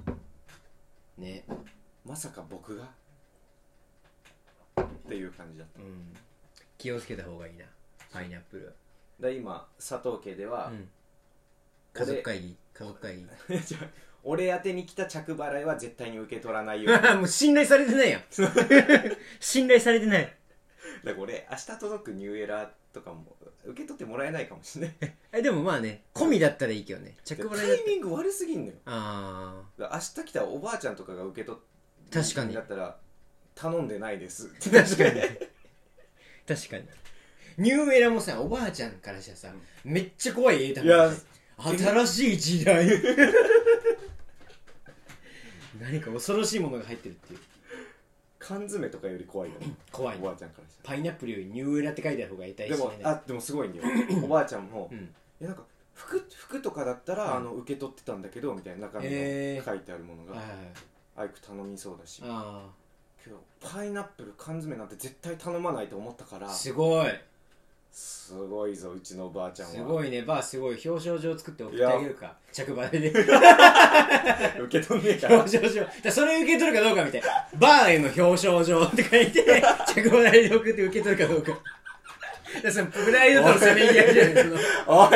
[SPEAKER 2] うね
[SPEAKER 1] まさか僕がっていう感じだった
[SPEAKER 2] うん気をつけた方がいいなパイナップル
[SPEAKER 1] だから今佐藤家で
[SPEAKER 2] は、
[SPEAKER 1] は
[SPEAKER 2] う、ん、家族会議家族会議
[SPEAKER 1] [LAUGHS] じゃあ俺宛てに来た着払いは絶対に受け取らないようにだか
[SPEAKER 2] [LAUGHS] もう信頼されてないやん [LAUGHS] 信頼されてない
[SPEAKER 1] ら俺明日届くニューエラーとかも受け取ってもらえないかもしれない
[SPEAKER 2] [LAUGHS] えでもまあね込みだったらいいけどね着払いだっ
[SPEAKER 1] タイミング悪すぎんのよ
[SPEAKER 2] ああ
[SPEAKER 1] だから明日来たおばあちゃんとかが受け取っ
[SPEAKER 2] 確かに
[SPEAKER 1] だったら頼んでないです確
[SPEAKER 2] 確かに確かにニューエラもさおばあちゃんからしたらさ、めっちゃ怖い英単語
[SPEAKER 1] いや
[SPEAKER 2] 新しい時代何か恐ろしいものが入ってるっていう
[SPEAKER 1] 缶詰とかより怖いよね
[SPEAKER 2] 怖い
[SPEAKER 1] おばあちゃんからした
[SPEAKER 2] パイナップルよりニューエラって書いてある方が痛い
[SPEAKER 1] ら
[SPEAKER 2] し
[SPEAKER 1] で
[SPEAKER 2] ね
[SPEAKER 1] もあでもすごいんだよおばあちゃんも、
[SPEAKER 2] うん
[SPEAKER 1] えなんか服服とかだったら、
[SPEAKER 2] うん
[SPEAKER 1] あの受け取ってたんだけどみたいな中身の
[SPEAKER 2] へー
[SPEAKER 1] 書いてあるものが、
[SPEAKER 2] はいはい
[SPEAKER 1] アイク頼みそうだし
[SPEAKER 2] あ
[SPEAKER 1] けどパイナップル缶詰なんて絶対頼まないと思ったから
[SPEAKER 2] あすごい
[SPEAKER 1] すごいぞうちのおばあちゃんは
[SPEAKER 2] すごいねバーすごい表彰状作って送ってあげるか着払いで
[SPEAKER 1] 受け取んねえから
[SPEAKER 2] [LAUGHS] 表彰状じゃあそれ受け取るかどうかみたいなバーへの表彰状って書いて着払いで送って受け取るかどうかだからそのプライドとのせめぎ合いじゃないその
[SPEAKER 1] おい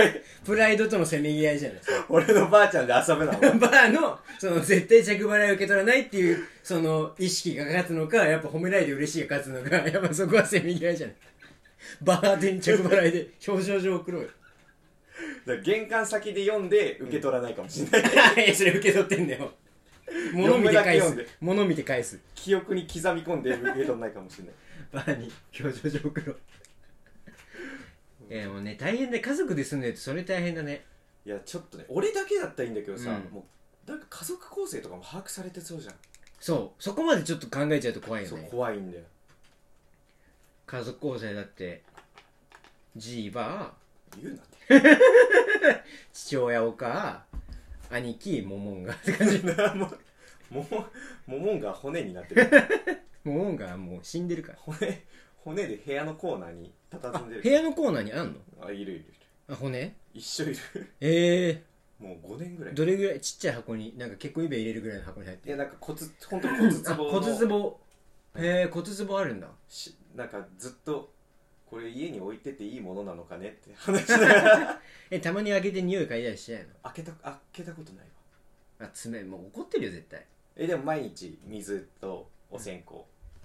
[SPEAKER 2] プライドとのせめぎ合いじゃない
[SPEAKER 1] 俺のばあちゃんで遊ぶな [LAUGHS] お前
[SPEAKER 2] バーの、その、絶対着払いを受け取らないっていう、その、意識が勝つのか、やっぱ褒めないで嬉しいが勝つのか、 [LAUGHS] やっぱそこはせめぎ合いじゃない。バーでに着払いで表彰状 [LAUGHS] 送ろうよ。
[SPEAKER 1] だから玄関先で読んで受け取らないかもしれない、
[SPEAKER 2] いや、それ受け取ってんだよ。物見て
[SPEAKER 1] 読む
[SPEAKER 2] 返
[SPEAKER 1] だけ読ん
[SPEAKER 2] す
[SPEAKER 1] で。
[SPEAKER 2] 物見て返す。
[SPEAKER 1] 記憶に刻み込んで受け取らないかもしれ
[SPEAKER 2] [LAUGHS]
[SPEAKER 1] ない
[SPEAKER 2] バーに表彰状送ろう。いや、もうね、大変で家族で住んでるとそれ大変だね。
[SPEAKER 1] いやちょっとね俺だけだったらいいんだけどさ、
[SPEAKER 2] うん
[SPEAKER 1] もうなんか家族構成とかも把握されてそうじゃん、
[SPEAKER 2] そう、そこまでちょっと考えちゃうと怖いよ
[SPEAKER 1] そう
[SPEAKER 2] ね。
[SPEAKER 1] 怖いんだよ
[SPEAKER 2] 家族構成だってじいば
[SPEAKER 1] 言うなって
[SPEAKER 2] 父親おか兄貴モモンガって感じ [LAUGHS]
[SPEAKER 1] もうもももんが骨になってる
[SPEAKER 2] モモンガはもう死んでるから
[SPEAKER 1] 骨骨で部屋のコーナーに佇んで
[SPEAKER 2] 部
[SPEAKER 1] る
[SPEAKER 2] 屋のコーナーにあんの
[SPEAKER 1] あいるいるいる
[SPEAKER 2] あ骨
[SPEAKER 1] 一緒いる
[SPEAKER 2] え
[SPEAKER 1] もう5年ぐら
[SPEAKER 2] え
[SPEAKER 1] い
[SPEAKER 2] どれぐらいちっちゃい箱になんか結構指入れるぐらいの箱に入って
[SPEAKER 1] いや
[SPEAKER 2] る
[SPEAKER 1] なんか骨本当骨
[SPEAKER 2] あ
[SPEAKER 1] 壺の
[SPEAKER 2] 骨壺へえ骨壺あるんだ
[SPEAKER 1] しなんかずっとこれ家に置いてていいものなのかねって話しなが
[SPEAKER 2] [LAUGHS]
[SPEAKER 1] ら
[SPEAKER 2] えたまに開けて匂い嗅いだりしないの
[SPEAKER 1] 開けた開けたことないわ
[SPEAKER 2] あ爪もう怒ってるよ絶対
[SPEAKER 1] えでも毎日水とお線香、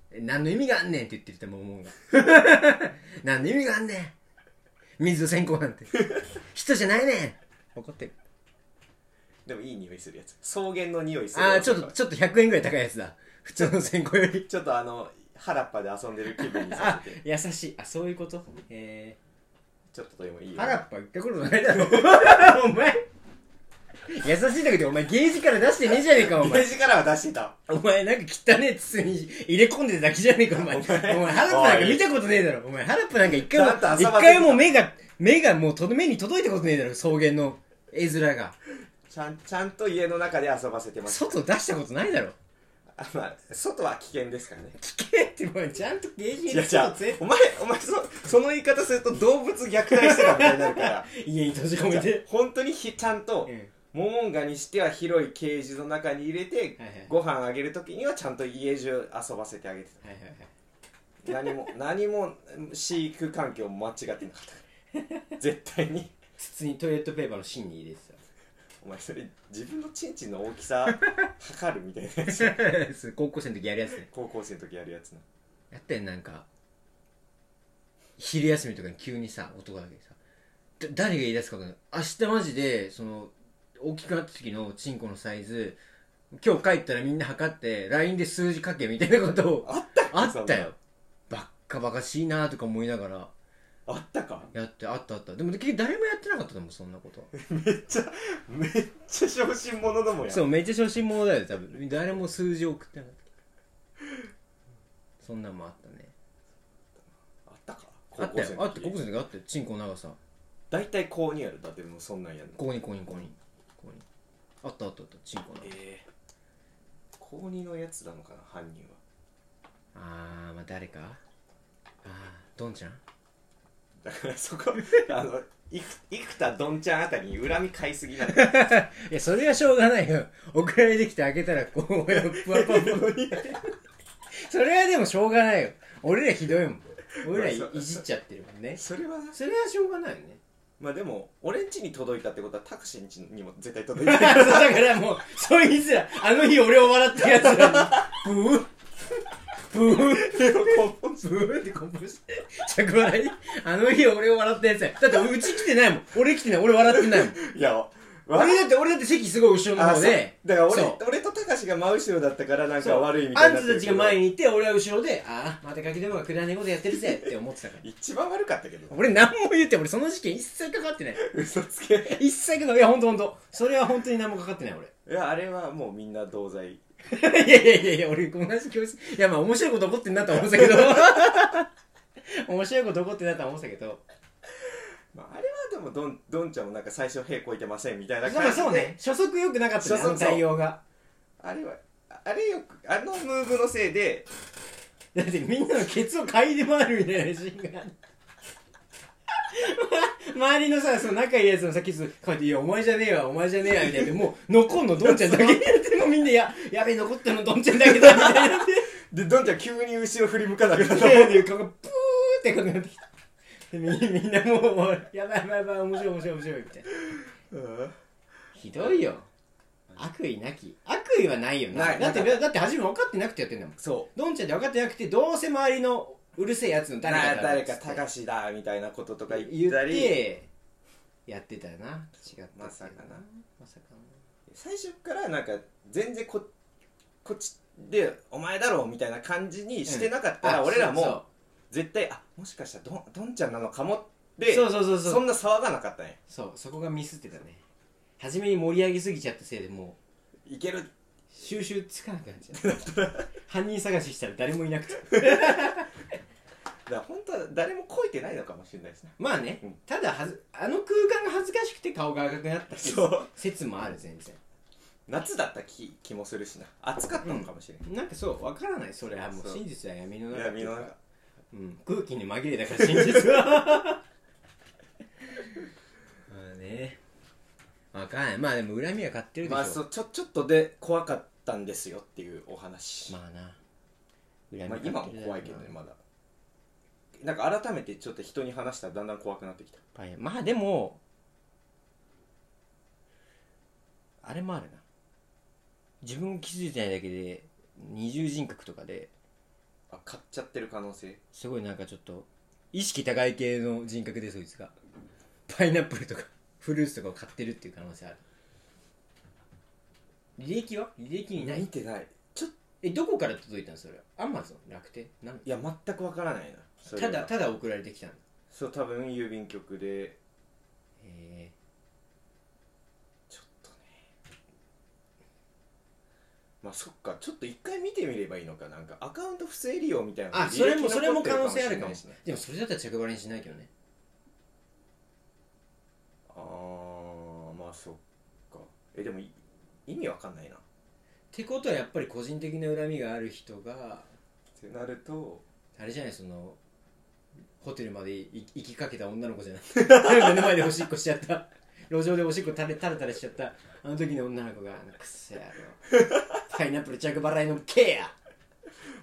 [SPEAKER 2] え何の意味があんねんって言ってると思うもんが [LAUGHS] 何の意味があんねん水の線香なんて人じゃないねん怒ってる
[SPEAKER 1] でもいい匂いするやつ草原の匂いする
[SPEAKER 2] ああ
[SPEAKER 1] やつ
[SPEAKER 2] ちょっとちょっと100円ぐらい高いやつだ普通の線香より
[SPEAKER 1] [LAUGHS] ちょっとあの原っぱで遊んでる気分にさ
[SPEAKER 2] あ
[SPEAKER 1] せて
[SPEAKER 2] 優しいあそういうことえ
[SPEAKER 1] ちょっとでもいい
[SPEAKER 2] え
[SPEAKER 1] よ
[SPEAKER 2] 原っぱ行ったことないだろお前優しいんだけどお前ゲージから出してねえじゃねえかお
[SPEAKER 1] ゲー
[SPEAKER 2] 前
[SPEAKER 1] ジからは出してた
[SPEAKER 2] お前なんか汚ねえ筒に入れ込んでただけじゃねえかお前お
[SPEAKER 1] お
[SPEAKER 2] 前
[SPEAKER 1] 前
[SPEAKER 2] 原っぱなんか見たことねえだろお前原っぱなんか一回も
[SPEAKER 1] ちゃんと朝
[SPEAKER 2] 一
[SPEAKER 1] まで
[SPEAKER 2] 回も目が目がもうとど目に届いたことねえだろ草原の絵面が
[SPEAKER 1] ちゃんちゃんと家の中で遊ばせてます
[SPEAKER 2] 外出したことない
[SPEAKER 1] [LAUGHS]
[SPEAKER 2] だろ
[SPEAKER 1] あまあ外は危険ですからね
[SPEAKER 2] 聞けってお前ちゃんとゲージ
[SPEAKER 1] い
[SPEAKER 2] 入
[SPEAKER 1] や
[SPEAKER 2] れ
[SPEAKER 1] じ
[SPEAKER 2] 込
[SPEAKER 1] ゃ
[SPEAKER 2] ん
[SPEAKER 1] あ
[SPEAKER 2] で
[SPEAKER 1] お前お前そその言い方すると動物虐待してたみたいになるから
[SPEAKER 2] [LAUGHS] 家に閉じ込め
[SPEAKER 1] じゃあ
[SPEAKER 2] て
[SPEAKER 1] 本当にひちゃんと、
[SPEAKER 2] うん
[SPEAKER 1] モモンガにしては広いケージの中に入れて、
[SPEAKER 2] はいはい
[SPEAKER 1] ご飯あげる時にはちゃんと家中遊ばせてあげて
[SPEAKER 2] はいはい
[SPEAKER 1] た何
[SPEAKER 2] はい [LAUGHS]
[SPEAKER 1] も何も飼育環境も間違ってなかった絶対に
[SPEAKER 2] 筒にトイレットペーパーの芯に入れてた
[SPEAKER 1] お前それ自分のチンチンの大きさ測るみたいなやつ [LAUGHS]
[SPEAKER 2] [LAUGHS] それ高校生の時やるやつね
[SPEAKER 1] 高校生の時やるやつな
[SPEAKER 2] やったよなんか昼休みとかに急にさ男だけどさだ誰が言い出すか分かんない明日マジでその大きくなった時のチンコのサイズ今日帰ったらみんな測って LINE で数字書けみたいなことを
[SPEAKER 1] あったっけ
[SPEAKER 2] あったよ
[SPEAKER 1] そんな
[SPEAKER 2] バッカバカしいなとか思いながら
[SPEAKER 1] のあったか
[SPEAKER 2] やってあったあったでも結局誰もやってなかったと思うそんなことは
[SPEAKER 1] めっちゃめっちゃ小心者どもや
[SPEAKER 2] そうめっちゃ初心者だよ多分誰も数字送って [LAUGHS] なかったそんなんもあったね
[SPEAKER 1] あったか
[SPEAKER 2] あったよあった
[SPEAKER 1] 時
[SPEAKER 2] 高校生の時あったよチンコの長さ
[SPEAKER 1] 大体こうにやるだってもうそんなんやんの
[SPEAKER 2] ここにここにここにここにあったあったあったチンコの
[SPEAKER 1] ええ高2のやつなのかな犯人は
[SPEAKER 2] あーまあ誰かああドンちゃん
[SPEAKER 1] だからそ
[SPEAKER 2] [LAUGHS]
[SPEAKER 1] こあのいく生田どんちゃんあたりに恨み買いすぎ
[SPEAKER 2] [LAUGHS]
[SPEAKER 1] なんだよ
[SPEAKER 2] いやそれはしょうがないよ送られてきて開けたらこうぷわぷわぷわそれはでもしょうがないよ俺らひどいもん俺らい
[SPEAKER 1] まあそう
[SPEAKER 2] いじっちゃってるもんね
[SPEAKER 1] それはな
[SPEAKER 2] それはしょうがないよね
[SPEAKER 1] まあでも俺ん家に届いたってことはタクシーん家にも絶対届いて [LAUGHS]
[SPEAKER 2] だ
[SPEAKER 1] る
[SPEAKER 2] からもうそいつらあの日俺を笑ったやつらにブーブー
[SPEAKER 1] でもこう
[SPEAKER 2] ブーってこぼして着笑いあの日俺を笑ったやつやだってうち来てないもん俺来てない俺笑ってないもん
[SPEAKER 1] いや悪
[SPEAKER 2] 俺
[SPEAKER 1] い
[SPEAKER 2] だって俺だって席すごい後ろの
[SPEAKER 1] あ
[SPEAKER 2] 方
[SPEAKER 1] そう
[SPEAKER 2] で
[SPEAKER 1] だから
[SPEAKER 2] そう
[SPEAKER 1] 俺俺とタカシが真後ろだったからなんか
[SPEAKER 2] そう
[SPEAKER 1] 悪いみた
[SPEAKER 2] あ
[SPEAKER 1] いに
[SPEAKER 2] ん
[SPEAKER 1] なって
[SPEAKER 2] た
[SPEAKER 1] る
[SPEAKER 2] た
[SPEAKER 1] け
[SPEAKER 2] ち
[SPEAKER 1] ど
[SPEAKER 2] が前にいて俺は後ろでああまたガキどもがくだらねえことやってるぜって思ってたから
[SPEAKER 1] 一番悪かったけど
[SPEAKER 2] 俺何も言って俺その事件一切かかってない
[SPEAKER 1] 嘘つけ
[SPEAKER 2] 一切かかいや本当本当それは本当に何もかかってない俺 [LAUGHS]
[SPEAKER 1] いやあれはもうみんな同罪
[SPEAKER 2] いやいやいやいや俺同じ教室いやまあ面白いこと起こってんなとは思ってたけど [LAUGHS] 面白いこと起こってんなとは思ってたけど
[SPEAKER 1] まあ、あれはでもどんどんちゃんもなんか最初屁こいてませんみたいな
[SPEAKER 2] ま
[SPEAKER 1] 感
[SPEAKER 2] あ
[SPEAKER 1] じで
[SPEAKER 2] そうね初速良くなかったね
[SPEAKER 1] 初
[SPEAKER 2] あ
[SPEAKER 1] 速
[SPEAKER 2] の対応が
[SPEAKER 1] あれはああれよくあのムーブのせいで
[SPEAKER 2] だってみんなのケツを嗅いで回るみたいなシーンがある [LAUGHS] ま周りのさその仲いいやつのさケツこうやって「いやお前じゃねえわお前じゃねえわ」みたいなもう残んのどんちゃんだけやってもうみんな「 [LAUGHS] ややべえ残ったのどんちゃんだけだ」みたいになって [LAUGHS]
[SPEAKER 1] でどんちゃん急に後ろ振り向かなくなった
[SPEAKER 2] でで顔がプーってこうなってきたでみみんなもうもう「やばいやばいやばい面白い面白い面白い」みたいな
[SPEAKER 1] うん
[SPEAKER 2] ひどいよ悪意なき悪意はないよな
[SPEAKER 1] ない
[SPEAKER 2] だって
[SPEAKER 1] なか
[SPEAKER 2] だって初め分かってなくてやってんだもん
[SPEAKER 1] そ
[SPEAKER 2] どんちゃんって分かってなくてどうせ周りのうるせえやつの
[SPEAKER 1] うな
[SPEAKER 2] 誰かだ
[SPEAKER 1] 誰
[SPEAKER 2] っつ
[SPEAKER 1] か
[SPEAKER 2] って
[SPEAKER 1] たかしだみたいなこととか言
[SPEAKER 2] 言
[SPEAKER 1] っ
[SPEAKER 2] った
[SPEAKER 1] り
[SPEAKER 2] てやってたよな違った
[SPEAKER 1] まさかな
[SPEAKER 2] まさかな
[SPEAKER 1] 最初からなんか全然ここっちでお前だろうみたいな感じにしてなかったら、
[SPEAKER 2] あ
[SPEAKER 1] 俺ら
[SPEAKER 2] そ
[SPEAKER 1] も絶対あもしかしたらどんどんちゃんなのかもって
[SPEAKER 2] そうそうそうそうそ
[SPEAKER 1] そん
[SPEAKER 2] う
[SPEAKER 1] な騒がなかったね
[SPEAKER 2] そうそこがミスってたね初めに盛り上げすぎちゃったせいでもう
[SPEAKER 1] いける
[SPEAKER 2] 収
[SPEAKER 1] [LAUGHS]
[SPEAKER 2] 集つかなくなっちゃった犯人探ししたら誰もいなくて
[SPEAKER 1] から本当は誰もこいてないのかもしれないですね
[SPEAKER 2] まあね、
[SPEAKER 1] うん
[SPEAKER 2] ただはずあの空間が恥ずかしくて顔が赤くなった説
[SPEAKER 1] そう
[SPEAKER 2] 説もある全然
[SPEAKER 1] 夏だった気気もするしな暑かったのかもしれない、
[SPEAKER 2] なんかそう分からないそれはもう
[SPEAKER 1] そう
[SPEAKER 2] 真実は闇の中って
[SPEAKER 1] 闇
[SPEAKER 2] いうか
[SPEAKER 1] の中
[SPEAKER 2] うん、空気に紛れたから真実は [LAUGHS] まあね分かんないまあでも恨みは買ってるでしょ
[SPEAKER 1] まあそうちょちょっとで怖かったんですよっていうお話、
[SPEAKER 2] まあな
[SPEAKER 1] まあ、
[SPEAKER 2] 恨み
[SPEAKER 1] 今も
[SPEAKER 2] 買ってるだろうな
[SPEAKER 1] 怖いけどねまだなんか改めてちょっと人に話したらだんだん怖くなってきた
[SPEAKER 2] パイナまあでもあれもあるな自分を気づいてないだけで二重人格とかで
[SPEAKER 1] あ買っちゃってる可能性
[SPEAKER 2] すごいなんかちょっと意識高い系の人格でそいつがパイナップルとかフルーツとかを買ってるっていう可能性ある履歴は履歴にない
[SPEAKER 1] 見てないちょっと
[SPEAKER 2] えどこから届いたのそれはアマゾン楽天なん
[SPEAKER 1] いや全くわからないなそれ
[SPEAKER 2] た
[SPEAKER 1] は
[SPEAKER 2] だただ送られてきたの
[SPEAKER 1] そう多分郵便局で
[SPEAKER 2] へえ
[SPEAKER 1] ちょっとねまあそっかちょっと一回見てみればいいのかなんかアカウント不正利用みたいなの
[SPEAKER 2] あそれも
[SPEAKER 1] 履歴
[SPEAKER 2] それ
[SPEAKER 1] 残
[SPEAKER 2] も
[SPEAKER 1] って
[SPEAKER 2] 可能性あ
[SPEAKER 1] しれ
[SPEAKER 2] るか
[SPEAKER 1] な
[SPEAKER 2] も
[SPEAKER 1] いしね
[SPEAKER 2] でもそれだったら着払いにしないけどね
[SPEAKER 1] あーまあそっかえでもい意味わかんないなっ
[SPEAKER 2] ってことはやっぱり個人的な恨みがある人が
[SPEAKER 1] てなると
[SPEAKER 2] あれじゃないそのホテルまで行行きかけた女の子じゃない [LAUGHS] 目の前でおしっこしちゃった路上でおしっこ垂れ垂れ垂れしちゃったあの時の女の子が「くせやろパイナップル着払いのけや!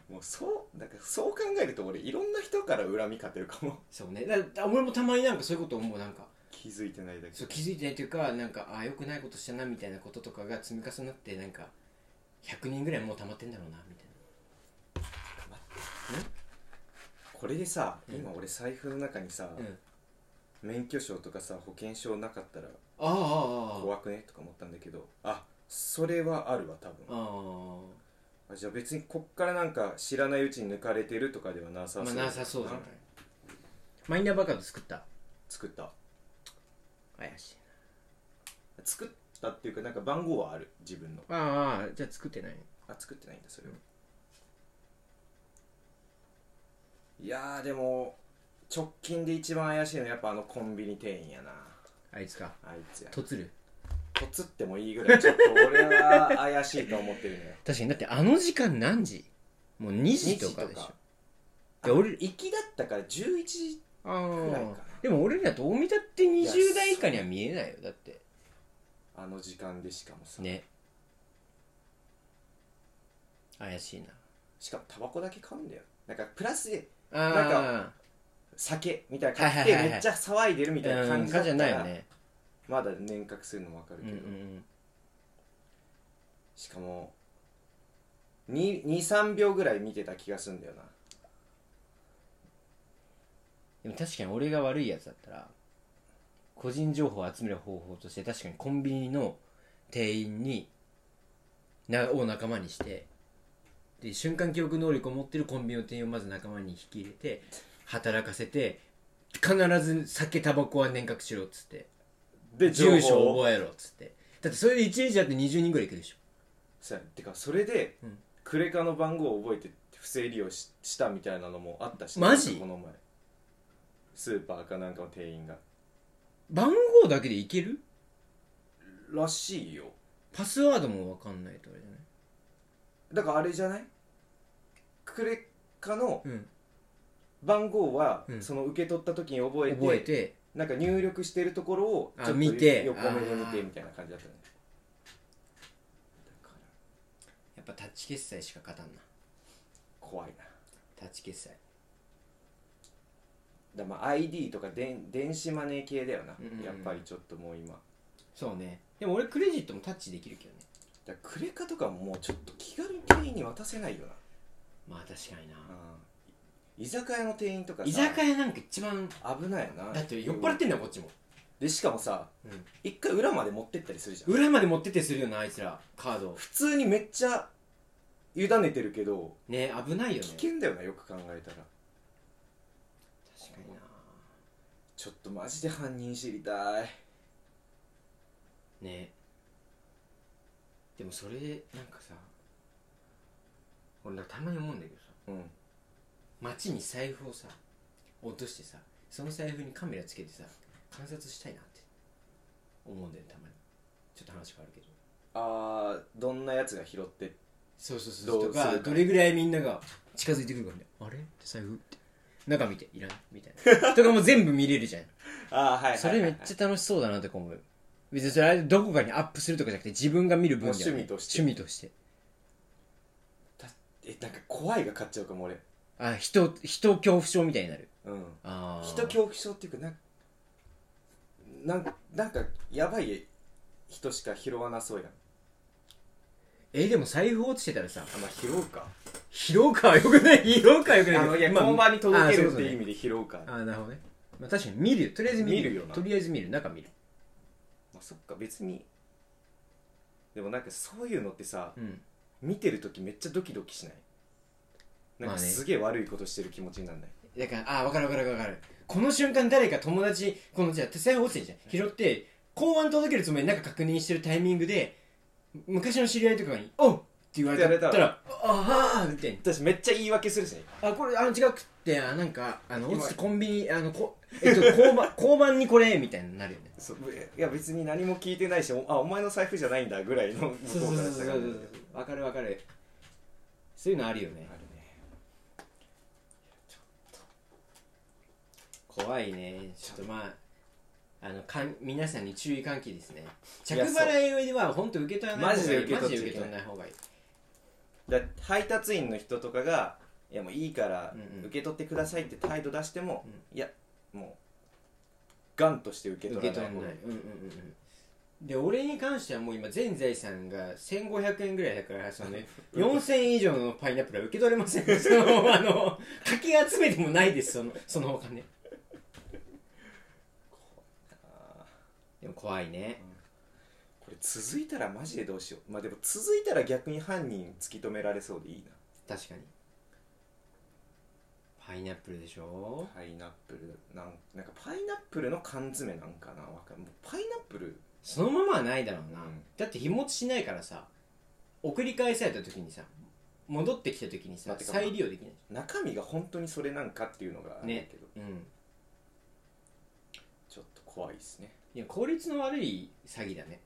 [SPEAKER 1] もうそうなんかそう考えると俺いろんな人から恨み買ってるか
[SPEAKER 2] [LAUGHS]
[SPEAKER 1] も」
[SPEAKER 2] そうねだだ俺もたまになんかそういうこと思うなんか
[SPEAKER 1] 気づいてないだけ
[SPEAKER 2] そう気づいてないというかなんかああよくないことしたなみたいなこととかが積み重なってなんか100人ぐらいもう溜まってんだろうなみたい
[SPEAKER 1] これでさ
[SPEAKER 2] うん
[SPEAKER 1] 今俺財布の中にさ、
[SPEAKER 2] な、うん、
[SPEAKER 1] 免許証とかさ保険証なかったら
[SPEAKER 2] あああああ
[SPEAKER 1] 怖くねとか思ったんだけどあそれはあるわ多分
[SPEAKER 2] あああ
[SPEAKER 1] あじゃあ別にこっからなんか知らないうちに抜かれてるとかではなさそう
[SPEAKER 2] まあなさそうじゃない
[SPEAKER 1] な
[SPEAKER 2] マイナーバカード作った
[SPEAKER 1] 作った
[SPEAKER 2] 怪しい
[SPEAKER 1] 作ったっていうかなんか番号はある自分の
[SPEAKER 2] なああじゃあ作ってない
[SPEAKER 1] あ作ってないんだそれはいやーでも直近で一番怪しいのはやっぱあのコンビニ店員やな
[SPEAKER 2] あいつか
[SPEAKER 1] あいつや
[SPEAKER 2] とつる
[SPEAKER 1] とつってもいいぐらいちょっと俺は怪しいと思ってるのよ
[SPEAKER 2] 確かにだってあの時間何時もう2時とかでしょいや俺
[SPEAKER 1] 行きだったから11時
[SPEAKER 2] あ
[SPEAKER 1] くらいかな
[SPEAKER 2] でも俺らどう見たって
[SPEAKER 1] いや
[SPEAKER 2] 20代以下には見えないよだって
[SPEAKER 1] あの時間でしかもさ、
[SPEAKER 2] ね怪しいな
[SPEAKER 1] しかもタバコだけ買うんだよなんかプラスで
[SPEAKER 2] あ
[SPEAKER 1] なん
[SPEAKER 2] か
[SPEAKER 1] 酒みたいな買っ
[SPEAKER 2] はいはいは
[SPEAKER 1] て
[SPEAKER 2] いはい
[SPEAKER 1] めっちゃ騒いでるみたいな感じだっ
[SPEAKER 2] じ
[SPEAKER 1] た
[SPEAKER 2] ゃない
[SPEAKER 1] ら
[SPEAKER 2] よね
[SPEAKER 1] まだ年覚するのもわかる
[SPEAKER 2] うん
[SPEAKER 1] け
[SPEAKER 2] う
[SPEAKER 1] ど、
[SPEAKER 2] ん
[SPEAKER 1] しかも23秒ぐらい見てた気がするんだよな
[SPEAKER 2] でも確かに俺が悪いやつだったら個人情報を集める方法として確かにコンビニの店員になを仲間にしてで瞬間記憶能力を持ってるコンビニの店員をまず仲間に引き入れて働かせて必ず酒タバコは年覚しろっつって
[SPEAKER 1] で
[SPEAKER 2] 住所を
[SPEAKER 1] え
[SPEAKER 2] 覚えろっつってだってそれで1日だって20人ぐらいいくでしょ
[SPEAKER 1] そうやてかそれで、
[SPEAKER 2] うん
[SPEAKER 1] クレカの番号を覚えて不正利用ししたみたいなのもあったし
[SPEAKER 2] マジ
[SPEAKER 1] この前スーパーかなんかの店員が
[SPEAKER 2] 番号だけでいける
[SPEAKER 1] らしいよ
[SPEAKER 2] パスワードも分かんないとあれじゃない
[SPEAKER 1] だからあれじゃないクレカの
[SPEAKER 2] うん
[SPEAKER 1] 番号は、
[SPEAKER 2] うん
[SPEAKER 1] その受け取った時に覚えて
[SPEAKER 2] 覚えて
[SPEAKER 1] なんか入力してるところを
[SPEAKER 2] あ
[SPEAKER 1] ちょっと
[SPEAKER 2] 見て
[SPEAKER 1] 横目で見
[SPEAKER 2] あ
[SPEAKER 1] て
[SPEAKER 2] ー
[SPEAKER 1] みたいな感じだったねだから
[SPEAKER 2] やっぱタッチ決済しか勝たんな
[SPEAKER 1] 怖いな
[SPEAKER 2] タッチ決済
[SPEAKER 1] だからまあ ID とかでん電子マネー系だよな、
[SPEAKER 2] うんうんうん
[SPEAKER 1] やっぱりちょっともう今だか
[SPEAKER 2] そうねでも俺クレジットもタッチできるけどね
[SPEAKER 1] らクレカとかももうちょっと気軽に店員に渡せないよな、
[SPEAKER 2] まあ確かに
[SPEAKER 1] うん
[SPEAKER 2] な
[SPEAKER 1] 居酒屋の店員とかさ
[SPEAKER 2] 居酒屋なんか一番
[SPEAKER 1] 危ないよな
[SPEAKER 2] だって酔っ払ってんだよこっちも、
[SPEAKER 1] でしかもさ一回裏まで持ってったりするじゃん
[SPEAKER 2] 裏まで持ってってするよなあいつらカード
[SPEAKER 1] 普通にめっちゃ委ねてるけど
[SPEAKER 2] ね危ないよ
[SPEAKER 1] 危
[SPEAKER 2] ね
[SPEAKER 1] 険だよなよく考えたら
[SPEAKER 2] 確かにな
[SPEAKER 1] ちょっとマジで犯人知りたい
[SPEAKER 2] ねでもそれなんかさ俺なんかたまに思うんだけどさ
[SPEAKER 1] うん
[SPEAKER 2] 街に財布をさ落としてさその財布にカメラつけてさ観察したいなって思うんだよたまにちょっと話変わるけど
[SPEAKER 1] あーどんなやつが拾って
[SPEAKER 2] そうそうそう
[SPEAKER 1] ど
[SPEAKER 2] と
[SPEAKER 1] うするか
[SPEAKER 2] かどれぐらいみんなが近づいてくるかみたいなあれ財布って中見ていらんみたいなとかも全部見れるじゃん
[SPEAKER 1] ああはいはいはい、はい、
[SPEAKER 2] それめっちゃ楽しそうだなとか思う別にそれあれどこかにアップするとかじゃなくて自分が見る分
[SPEAKER 1] もう趣味として
[SPEAKER 2] 趣味として
[SPEAKER 1] えなんか怖いが勝っちゃうかも俺
[SPEAKER 2] あ人人恐怖症みたいになる
[SPEAKER 1] うん
[SPEAKER 2] あー
[SPEAKER 1] 人恐怖症っていうかなんなんなんかやばい人しか拾わなそうやん
[SPEAKER 2] えでも財布落ちてたらさ
[SPEAKER 1] あまあ拾うか
[SPEAKER 2] 拾うかはよく [LAUGHS] ない拾うかはよくない
[SPEAKER 1] あのいや
[SPEAKER 2] まあ
[SPEAKER 1] 交番に届けるっていう意
[SPEAKER 2] あ
[SPEAKER 1] 味で拾うか
[SPEAKER 2] あーなるほどね、まあ、確かに見るよとりあえず見る
[SPEAKER 1] 見るよな
[SPEAKER 2] とりあえず見る中見る
[SPEAKER 1] まあ、そっか別にでもなんかそういうのってさ
[SPEAKER 2] うん
[SPEAKER 1] 見てる時めっちゃドキドキしないなん
[SPEAKER 2] まあ
[SPEAKER 1] か
[SPEAKER 2] ね
[SPEAKER 1] すげえ悪いことしてる気持ちになんない、
[SPEAKER 2] だからあー分かる分かる分かるこの瞬間誰か友達このじゃあ手伝い落ちてるじゃん拾って公安届けるつもりでなんか確認してるタイミングで昔の知り合いとかに「おう!」って言われたら
[SPEAKER 1] ってやら
[SPEAKER 2] 「
[SPEAKER 1] れた
[SPEAKER 2] ああー」みたい
[SPEAKER 1] 私めっちゃ言い訳するしね
[SPEAKER 2] な「あこれあの違くってあなんかあの
[SPEAKER 1] 今
[SPEAKER 2] 落ちてコンビニあのこ、えっと、交番 [LAUGHS] 交番にこれ」みたいになるよね
[SPEAKER 1] そういや別に何も聞いてないしおあお前の財布じゃないんだぐらいの向こうからしたら
[SPEAKER 2] 分かる分かるそういうのあるよね
[SPEAKER 1] あるね
[SPEAKER 2] 怖いねちょっとまああのかん皆さんに注意喚起ですね着
[SPEAKER 1] いやそう
[SPEAKER 2] 払いは本当受け取らない方がいい
[SPEAKER 1] マジで受け取っちゃいけない
[SPEAKER 2] マジで受け取らない方がいい
[SPEAKER 1] だ配達員の人とかが「いやもういいから
[SPEAKER 2] うんうん
[SPEAKER 1] 受け取ってください」って態度出しても、
[SPEAKER 2] うん
[SPEAKER 1] いやもうガンとして受け
[SPEAKER 2] 受
[SPEAKER 1] 取
[SPEAKER 2] け
[SPEAKER 1] らな
[SPEAKER 2] 取
[SPEAKER 1] い
[SPEAKER 2] ら
[SPEAKER 1] 方
[SPEAKER 2] な
[SPEAKER 1] が
[SPEAKER 2] いうんうんうんうんで俺に関してはもう今全財産が1500円ぐらいだからその、
[SPEAKER 1] [LAUGHS]
[SPEAKER 2] ね、4000円以上のパイナップルは受け取れませんそのあのかき集めてもないですそのそのお金
[SPEAKER 1] あー
[SPEAKER 2] でも怖いね
[SPEAKER 1] これ続いたらマジでどうしようまあでも続いたら逆に犯人突き止められそうでいい
[SPEAKER 2] 確かにパイナップルでしょ
[SPEAKER 1] なパイナップルなんなんかパイナップルの缶詰なんかなわかんもうパイナップル
[SPEAKER 2] そのままはないだろうな、
[SPEAKER 1] うん
[SPEAKER 2] だって日持ちしないからさ送り返された時にさ戻ってきた時にさ
[SPEAKER 1] まあてかまあ
[SPEAKER 2] 再利用できない
[SPEAKER 1] 中身が本当にそれなんかっていうのがある
[SPEAKER 2] ね
[SPEAKER 1] けど、
[SPEAKER 2] うん
[SPEAKER 1] ちょっと怖いですね
[SPEAKER 2] いや効率の悪い詐欺だね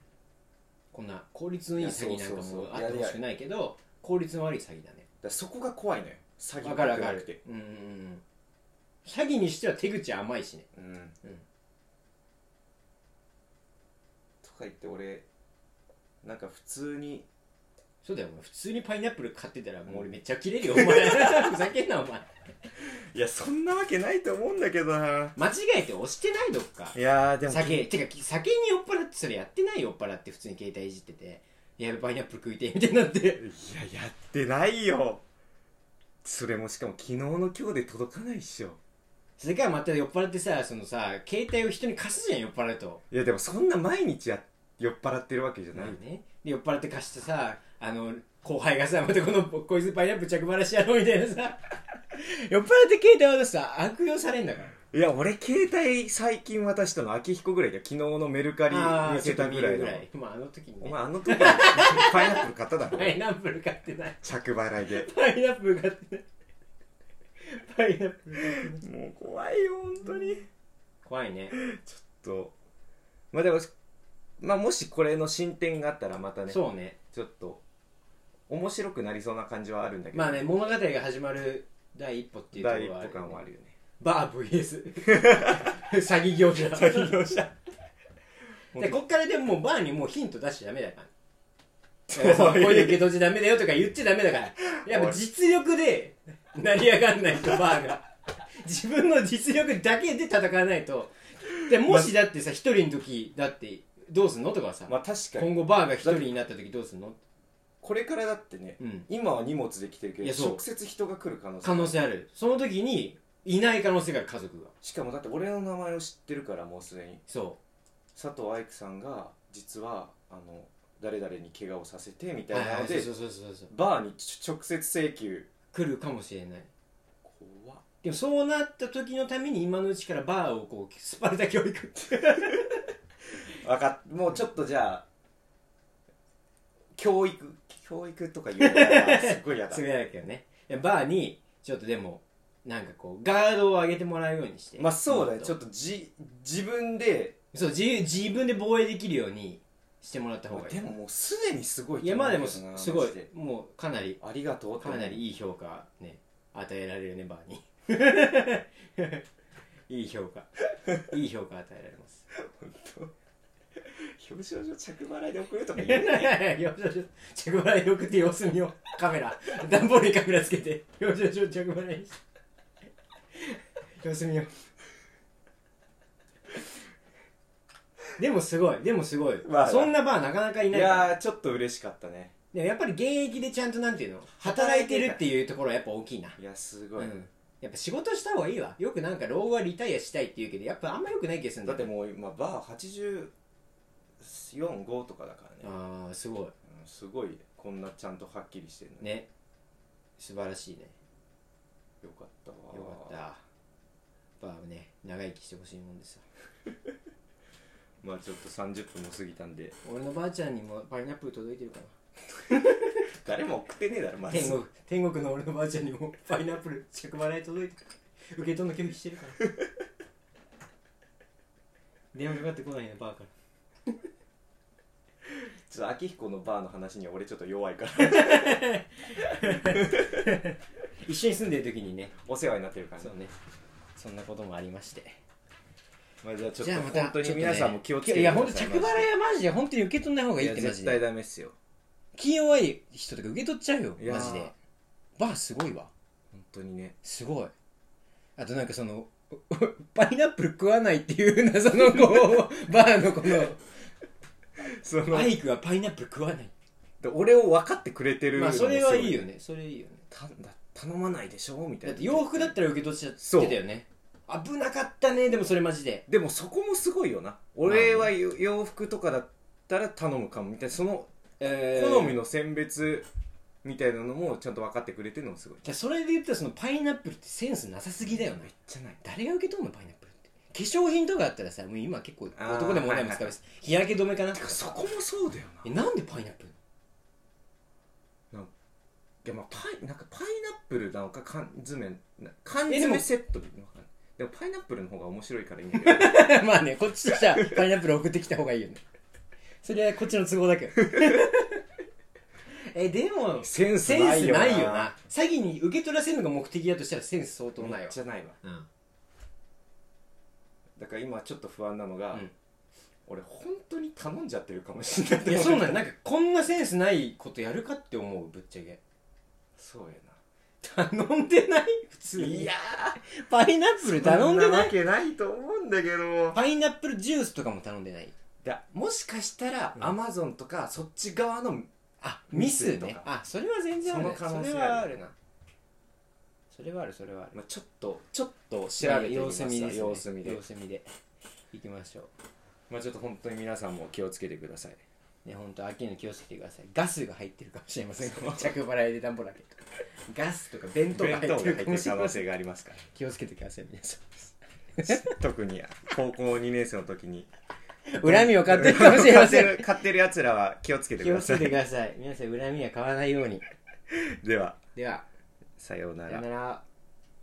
[SPEAKER 2] こんな効率のいい詐欺なん
[SPEAKER 1] い
[SPEAKER 2] か
[SPEAKER 1] やそう
[SPEAKER 2] も
[SPEAKER 1] そうそう
[SPEAKER 2] あってほしくないけど効率の悪い詐欺だ
[SPEAKER 1] だ
[SPEAKER 2] ね
[SPEAKER 1] からそこが怖いのよ詐欺
[SPEAKER 2] わ
[SPEAKER 1] っ
[SPEAKER 2] かるわ
[SPEAKER 1] ぽく
[SPEAKER 2] か
[SPEAKER 1] なく
[SPEAKER 2] る
[SPEAKER 1] て
[SPEAKER 2] うんうんうん詐欺にしては手口甘いしね
[SPEAKER 1] うん、
[SPEAKER 2] うん
[SPEAKER 1] とか言って俺なんか普通に
[SPEAKER 2] そうだよお前普通にパイナップル買ってたらもう俺めっちゃキレるよお前ふざけんなお前
[SPEAKER 1] いやそんなわけないと思うんだけどな
[SPEAKER 2] 間違えて押してないどっか
[SPEAKER 1] いやーでも
[SPEAKER 2] 酒てか酒に酔っ払ってそれやってない酔っ払って普通に携帯いじっててやべパイナップル食いてえみたいになっ
[SPEAKER 1] い
[SPEAKER 2] て [LAUGHS]
[SPEAKER 1] ややってないよそれもしかも昨日の今日で届かないっしょ
[SPEAKER 2] それからまた酔っ払ってさそのさ携帯を人に貸すじゃん酔っ払うと
[SPEAKER 1] いやでもそんな毎日や酔っ払ってるわけじゃない、
[SPEAKER 2] ねで酔っ払って貸してさあの後輩がさまたこのこいつパイナップル着払いしてやろうみたいなさ [LAUGHS] 酔っ払って携帯渡すとさ悪用されんだから
[SPEAKER 1] いや俺携帯最近渡したの明彦ぐらいで昨日のメルカリ
[SPEAKER 2] あー
[SPEAKER 1] 見せたぐらい
[SPEAKER 2] ちょっと
[SPEAKER 1] の
[SPEAKER 2] 見るぐらいまああの時に
[SPEAKER 1] お
[SPEAKER 2] ね
[SPEAKER 1] 前あの時にパイナップル買った [LAUGHS] だろ
[SPEAKER 2] パイナップル買ってない [LAUGHS]
[SPEAKER 1] 着払いで
[SPEAKER 2] パイナップル買 [LAUGHS] ってないパイナップル買ってない
[SPEAKER 1] もう怖いよ本当に
[SPEAKER 2] 怖いね
[SPEAKER 1] とまあでもまあもしこれの進展があったらまたね
[SPEAKER 2] そうね
[SPEAKER 1] ちょっと面白くなりそうな感じはあるんだけど
[SPEAKER 2] まあね物語が始まる第一歩っていうとこ
[SPEAKER 1] 第一
[SPEAKER 2] ろはあ
[SPEAKER 1] 歩
[SPEAKER 2] る
[SPEAKER 1] 感はあるよね
[SPEAKER 2] バー VS 詐欺業者
[SPEAKER 1] [LAUGHS] 詐欺業者
[SPEAKER 2] でこっからでももうバーにもうヒント出しちゃダメ
[SPEAKER 1] [LAUGHS]
[SPEAKER 2] だからだから [LAUGHS] そのこういう受け取ちダメだよとか言っちゃダメだからやっぱ実力で成り上がんないとバーが [LAUGHS] 自分の実力だけで戦わないとでもしだってさ一人の時だってどうすんのとか
[SPEAKER 1] [LAUGHS]
[SPEAKER 2] さ、
[SPEAKER 1] まあ確か
[SPEAKER 2] 今
[SPEAKER 1] に
[SPEAKER 2] 後バーが一人になった時どうすんの
[SPEAKER 1] これからだってね
[SPEAKER 2] うん
[SPEAKER 1] 今は荷物で来てるけ
[SPEAKER 2] いや
[SPEAKER 1] ど
[SPEAKER 2] そう
[SPEAKER 1] 直接人が来る可能性
[SPEAKER 2] 可能性あるその時にいない可能性がある家族が
[SPEAKER 1] しかもだって俺の名前を知ってるからもうすでに
[SPEAKER 2] そ
[SPEAKER 1] 佐藤愛久さんが実はあの誰々に怪我をさせてみ
[SPEAKER 2] う
[SPEAKER 1] たいなので
[SPEAKER 2] そうそうそうそうそう
[SPEAKER 1] バーにちょ直接請求
[SPEAKER 2] 来るかもしれない
[SPEAKER 1] 怖っ
[SPEAKER 2] でもそうなった時のために今のうちからバーをこうスパルタ教育って
[SPEAKER 1] わかっもうちょっとじゃあ教育
[SPEAKER 2] [LAUGHS]
[SPEAKER 1] 教育とか言うのがすごい嫌だ
[SPEAKER 2] それだけどねいやバーにちょっとでもなんかこうガードを上げてもらうようにして
[SPEAKER 1] まあそうだね
[SPEAKER 2] も
[SPEAKER 1] ちょっとじ自分で
[SPEAKER 2] そう自由自分で防衛できるようにしてもらった方がいい
[SPEAKER 1] でももうすでにすごい
[SPEAKER 2] いやまあでも
[SPEAKER 1] と思うけどな
[SPEAKER 2] すごい
[SPEAKER 1] マジで
[SPEAKER 2] もうかなり
[SPEAKER 1] ありがとうって
[SPEAKER 2] か
[SPEAKER 1] 思う
[SPEAKER 2] なりいい評価ね与えられるねバーに
[SPEAKER 1] [LAUGHS]
[SPEAKER 2] [LAUGHS] いい評価いい評価与えられます
[SPEAKER 1] 表彰状着払いで送るとか
[SPEAKER 2] い
[SPEAKER 1] 言
[SPEAKER 2] や
[SPEAKER 1] うな
[SPEAKER 2] い
[SPEAKER 1] よ
[SPEAKER 2] やいや [LAUGHS] 表彰状着払い送って様子見をカメラ段ボールにカメラつけて表彰状着払いにして様子見をでもすごいでもすごい、
[SPEAKER 1] まあ
[SPEAKER 2] そんなバーなかなかい
[SPEAKER 1] い
[SPEAKER 2] ないから
[SPEAKER 1] やーちょっと嬉しかったね
[SPEAKER 2] でもやっぱり現役でちゃんとなんていうの働いてるっていうところはやっぱ大きいない
[SPEAKER 1] やす
[SPEAKER 2] う
[SPEAKER 1] ごい、
[SPEAKER 2] んやっぱ仕事した方がいいわよくなんか老後はリタイアしたいって言うけどやっぱあんまよくない気がするんだ
[SPEAKER 1] だっ
[SPEAKER 2] よ
[SPEAKER 1] てもう今バー845とかだからね、
[SPEAKER 2] ああすごい
[SPEAKER 1] うんすごいこんなちゃんとはっきりしてるのに
[SPEAKER 2] ね素晴らしいね
[SPEAKER 1] よかったわ
[SPEAKER 2] よかったやっぱね長生きしてほしいもんですよ
[SPEAKER 1] まあちょっと30分も過ぎたんで
[SPEAKER 2] 俺のばあちゃんにもパイナップル届いてるかな
[SPEAKER 1] 誰も送ってねえだろまず
[SPEAKER 2] 天国天国の俺のばあちゃんにも [LAUGHS] パイナップル着払い届いてる受け取るの拒否してるから [LAUGHS] 電話かかってこないねバーから
[SPEAKER 1] ちょっと明彦のバーの話には俺ちょっと弱いから
[SPEAKER 2] 一緒に住んでる時にね
[SPEAKER 1] [LAUGHS] お世話になってるからね
[SPEAKER 2] そうねそんなこともありまして
[SPEAKER 1] まあ、じゃあちょっ
[SPEAKER 2] じゃあ
[SPEAKER 1] と
[SPEAKER 2] また
[SPEAKER 1] 本当に皆さんも気をつけて
[SPEAKER 2] い
[SPEAKER 1] く
[SPEAKER 2] や
[SPEAKER 1] だ
[SPEAKER 2] 本
[SPEAKER 1] さ
[SPEAKER 2] 当
[SPEAKER 1] い
[SPEAKER 2] 着払いはマジで本当に受け取んない方がいいって
[SPEAKER 1] い
[SPEAKER 2] マ
[SPEAKER 1] や
[SPEAKER 2] ジ
[SPEAKER 1] 絶
[SPEAKER 2] で
[SPEAKER 1] 対ダメっすよ
[SPEAKER 2] 気弱い人とか受け取っちゃうよ
[SPEAKER 1] いやー
[SPEAKER 2] マジでバーすごいわ
[SPEAKER 1] 本当にね
[SPEAKER 2] すごいあとなんかその [LAUGHS] パイナップル食わないっていう謎のこ [LAUGHS] うバーのこの
[SPEAKER 1] その
[SPEAKER 2] マイクはパイナップル食わない
[SPEAKER 1] で俺を分かってくれてる
[SPEAKER 2] まあそれはいいよ
[SPEAKER 1] ね
[SPEAKER 2] ねそれいいよね
[SPEAKER 1] ただ頼まないでしょみたい
[SPEAKER 2] だっ
[SPEAKER 1] な
[SPEAKER 2] て洋服だったら受け取っちゃ
[SPEAKER 1] そう
[SPEAKER 2] ってたよね危なかったねでもそれマジで
[SPEAKER 1] でもそこもすごいよな俺はよ洋服とかだったら頼むかもみたいなその
[SPEAKER 2] えー
[SPEAKER 1] 好みの選別みたいなのもちゃんと分かってくれてるのもすごい
[SPEAKER 2] じゃあそれで言ったらそのパイナップルってセンスなさすぎだよね
[SPEAKER 1] めっちゃない
[SPEAKER 2] 誰が受け取るのパイナップルって化粧品とかあったらさもう今結構
[SPEAKER 1] あー
[SPEAKER 2] 男でも女でも使うし日焼け止めかな
[SPEAKER 1] てかそこもそうだよな
[SPEAKER 2] えなんでパイナップル
[SPEAKER 1] でもパイなんかパイナップルなのか缶詰な缶
[SPEAKER 2] えでも
[SPEAKER 1] 詰セットでいいのかなでもパイナップルの方が面白いからいいんだけど
[SPEAKER 2] [LAUGHS] まあねこっちとしてはパイナップル送ってきた方がいいよねそれはこっちの都合だけど [LAUGHS] えでも
[SPEAKER 1] センス
[SPEAKER 2] セン
[SPEAKER 1] ない
[SPEAKER 2] ス
[SPEAKER 1] よな
[SPEAKER 2] ないよな詐欺に受け取らせるのが目的だとしたらセンス相当
[SPEAKER 1] め
[SPEAKER 2] ない
[SPEAKER 1] っ
[SPEAKER 2] わ
[SPEAKER 1] ちゃないわ
[SPEAKER 2] うん
[SPEAKER 1] だから今ちょっと不安なのが、
[SPEAKER 2] うん
[SPEAKER 1] 俺本当に頼んじゃってるかもしれない
[SPEAKER 2] いやそうなん
[SPEAKER 1] だ
[SPEAKER 2] なんかこんなセンスないことやるかって思うぶっちゃけ
[SPEAKER 1] そうやな
[SPEAKER 2] 頼んでない普通に
[SPEAKER 1] いや
[SPEAKER 2] パイナップル頼んで
[SPEAKER 1] そな
[SPEAKER 2] な
[SPEAKER 1] わ
[SPEAKER 2] い
[SPEAKER 1] けないと思うんだけど
[SPEAKER 2] パイナップルジュースとかも頼んでない
[SPEAKER 1] だもしかしたら
[SPEAKER 2] うん
[SPEAKER 1] アマゾンとかそっち側の
[SPEAKER 2] あミス
[SPEAKER 1] ミスと
[SPEAKER 2] ね
[SPEAKER 1] か
[SPEAKER 2] あそれは全然ある
[SPEAKER 1] その可能性
[SPEAKER 2] それは
[SPEAKER 1] あ
[SPEAKER 2] あ
[SPEAKER 1] る
[SPEAKER 2] るなそれはあるそれはある
[SPEAKER 1] まあ、ちょっとちょっと調べてみ
[SPEAKER 2] 様
[SPEAKER 1] ます
[SPEAKER 2] 子見です、ね、
[SPEAKER 1] 様子見で
[SPEAKER 2] 様子見で行きましょ
[SPEAKER 1] まあ、ちょっと本当に皆さんも気をつけてくだ [LAUGHS] さい
[SPEAKER 2] ね本当秋の気をつけてくださいガスが入ってるかもしれま [LAUGHS] せんこの着払いでダンボラケットガスとか弁当
[SPEAKER 1] 弁
[SPEAKER 2] が入
[SPEAKER 1] 当が
[SPEAKER 2] って
[SPEAKER 1] 入っ
[SPEAKER 2] る
[SPEAKER 1] て
[SPEAKER 2] かも
[SPEAKER 1] る
[SPEAKER 2] しれ
[SPEAKER 1] 可
[SPEAKER 2] ま
[SPEAKER 1] 能
[SPEAKER 2] せん
[SPEAKER 1] 性がありますから
[SPEAKER 2] 気をつけてください皆さん
[SPEAKER 1] [LAUGHS] 特に高校2年生の時に
[SPEAKER 2] 恨みを買ってるかもしれませ
[SPEAKER 1] [LAUGHS] 買っ
[SPEAKER 2] ん
[SPEAKER 1] てる買ってるやつらは気をつけて
[SPEAKER 2] 気
[SPEAKER 1] く
[SPEAKER 2] を
[SPEAKER 1] だ
[SPEAKER 2] つ
[SPEAKER 1] さ
[SPEAKER 2] けて
[SPEAKER 1] い
[SPEAKER 2] ください皆さん恨みは買わないように
[SPEAKER 1] では
[SPEAKER 2] では
[SPEAKER 1] さような
[SPEAKER 2] さ
[SPEAKER 1] ら
[SPEAKER 2] よなら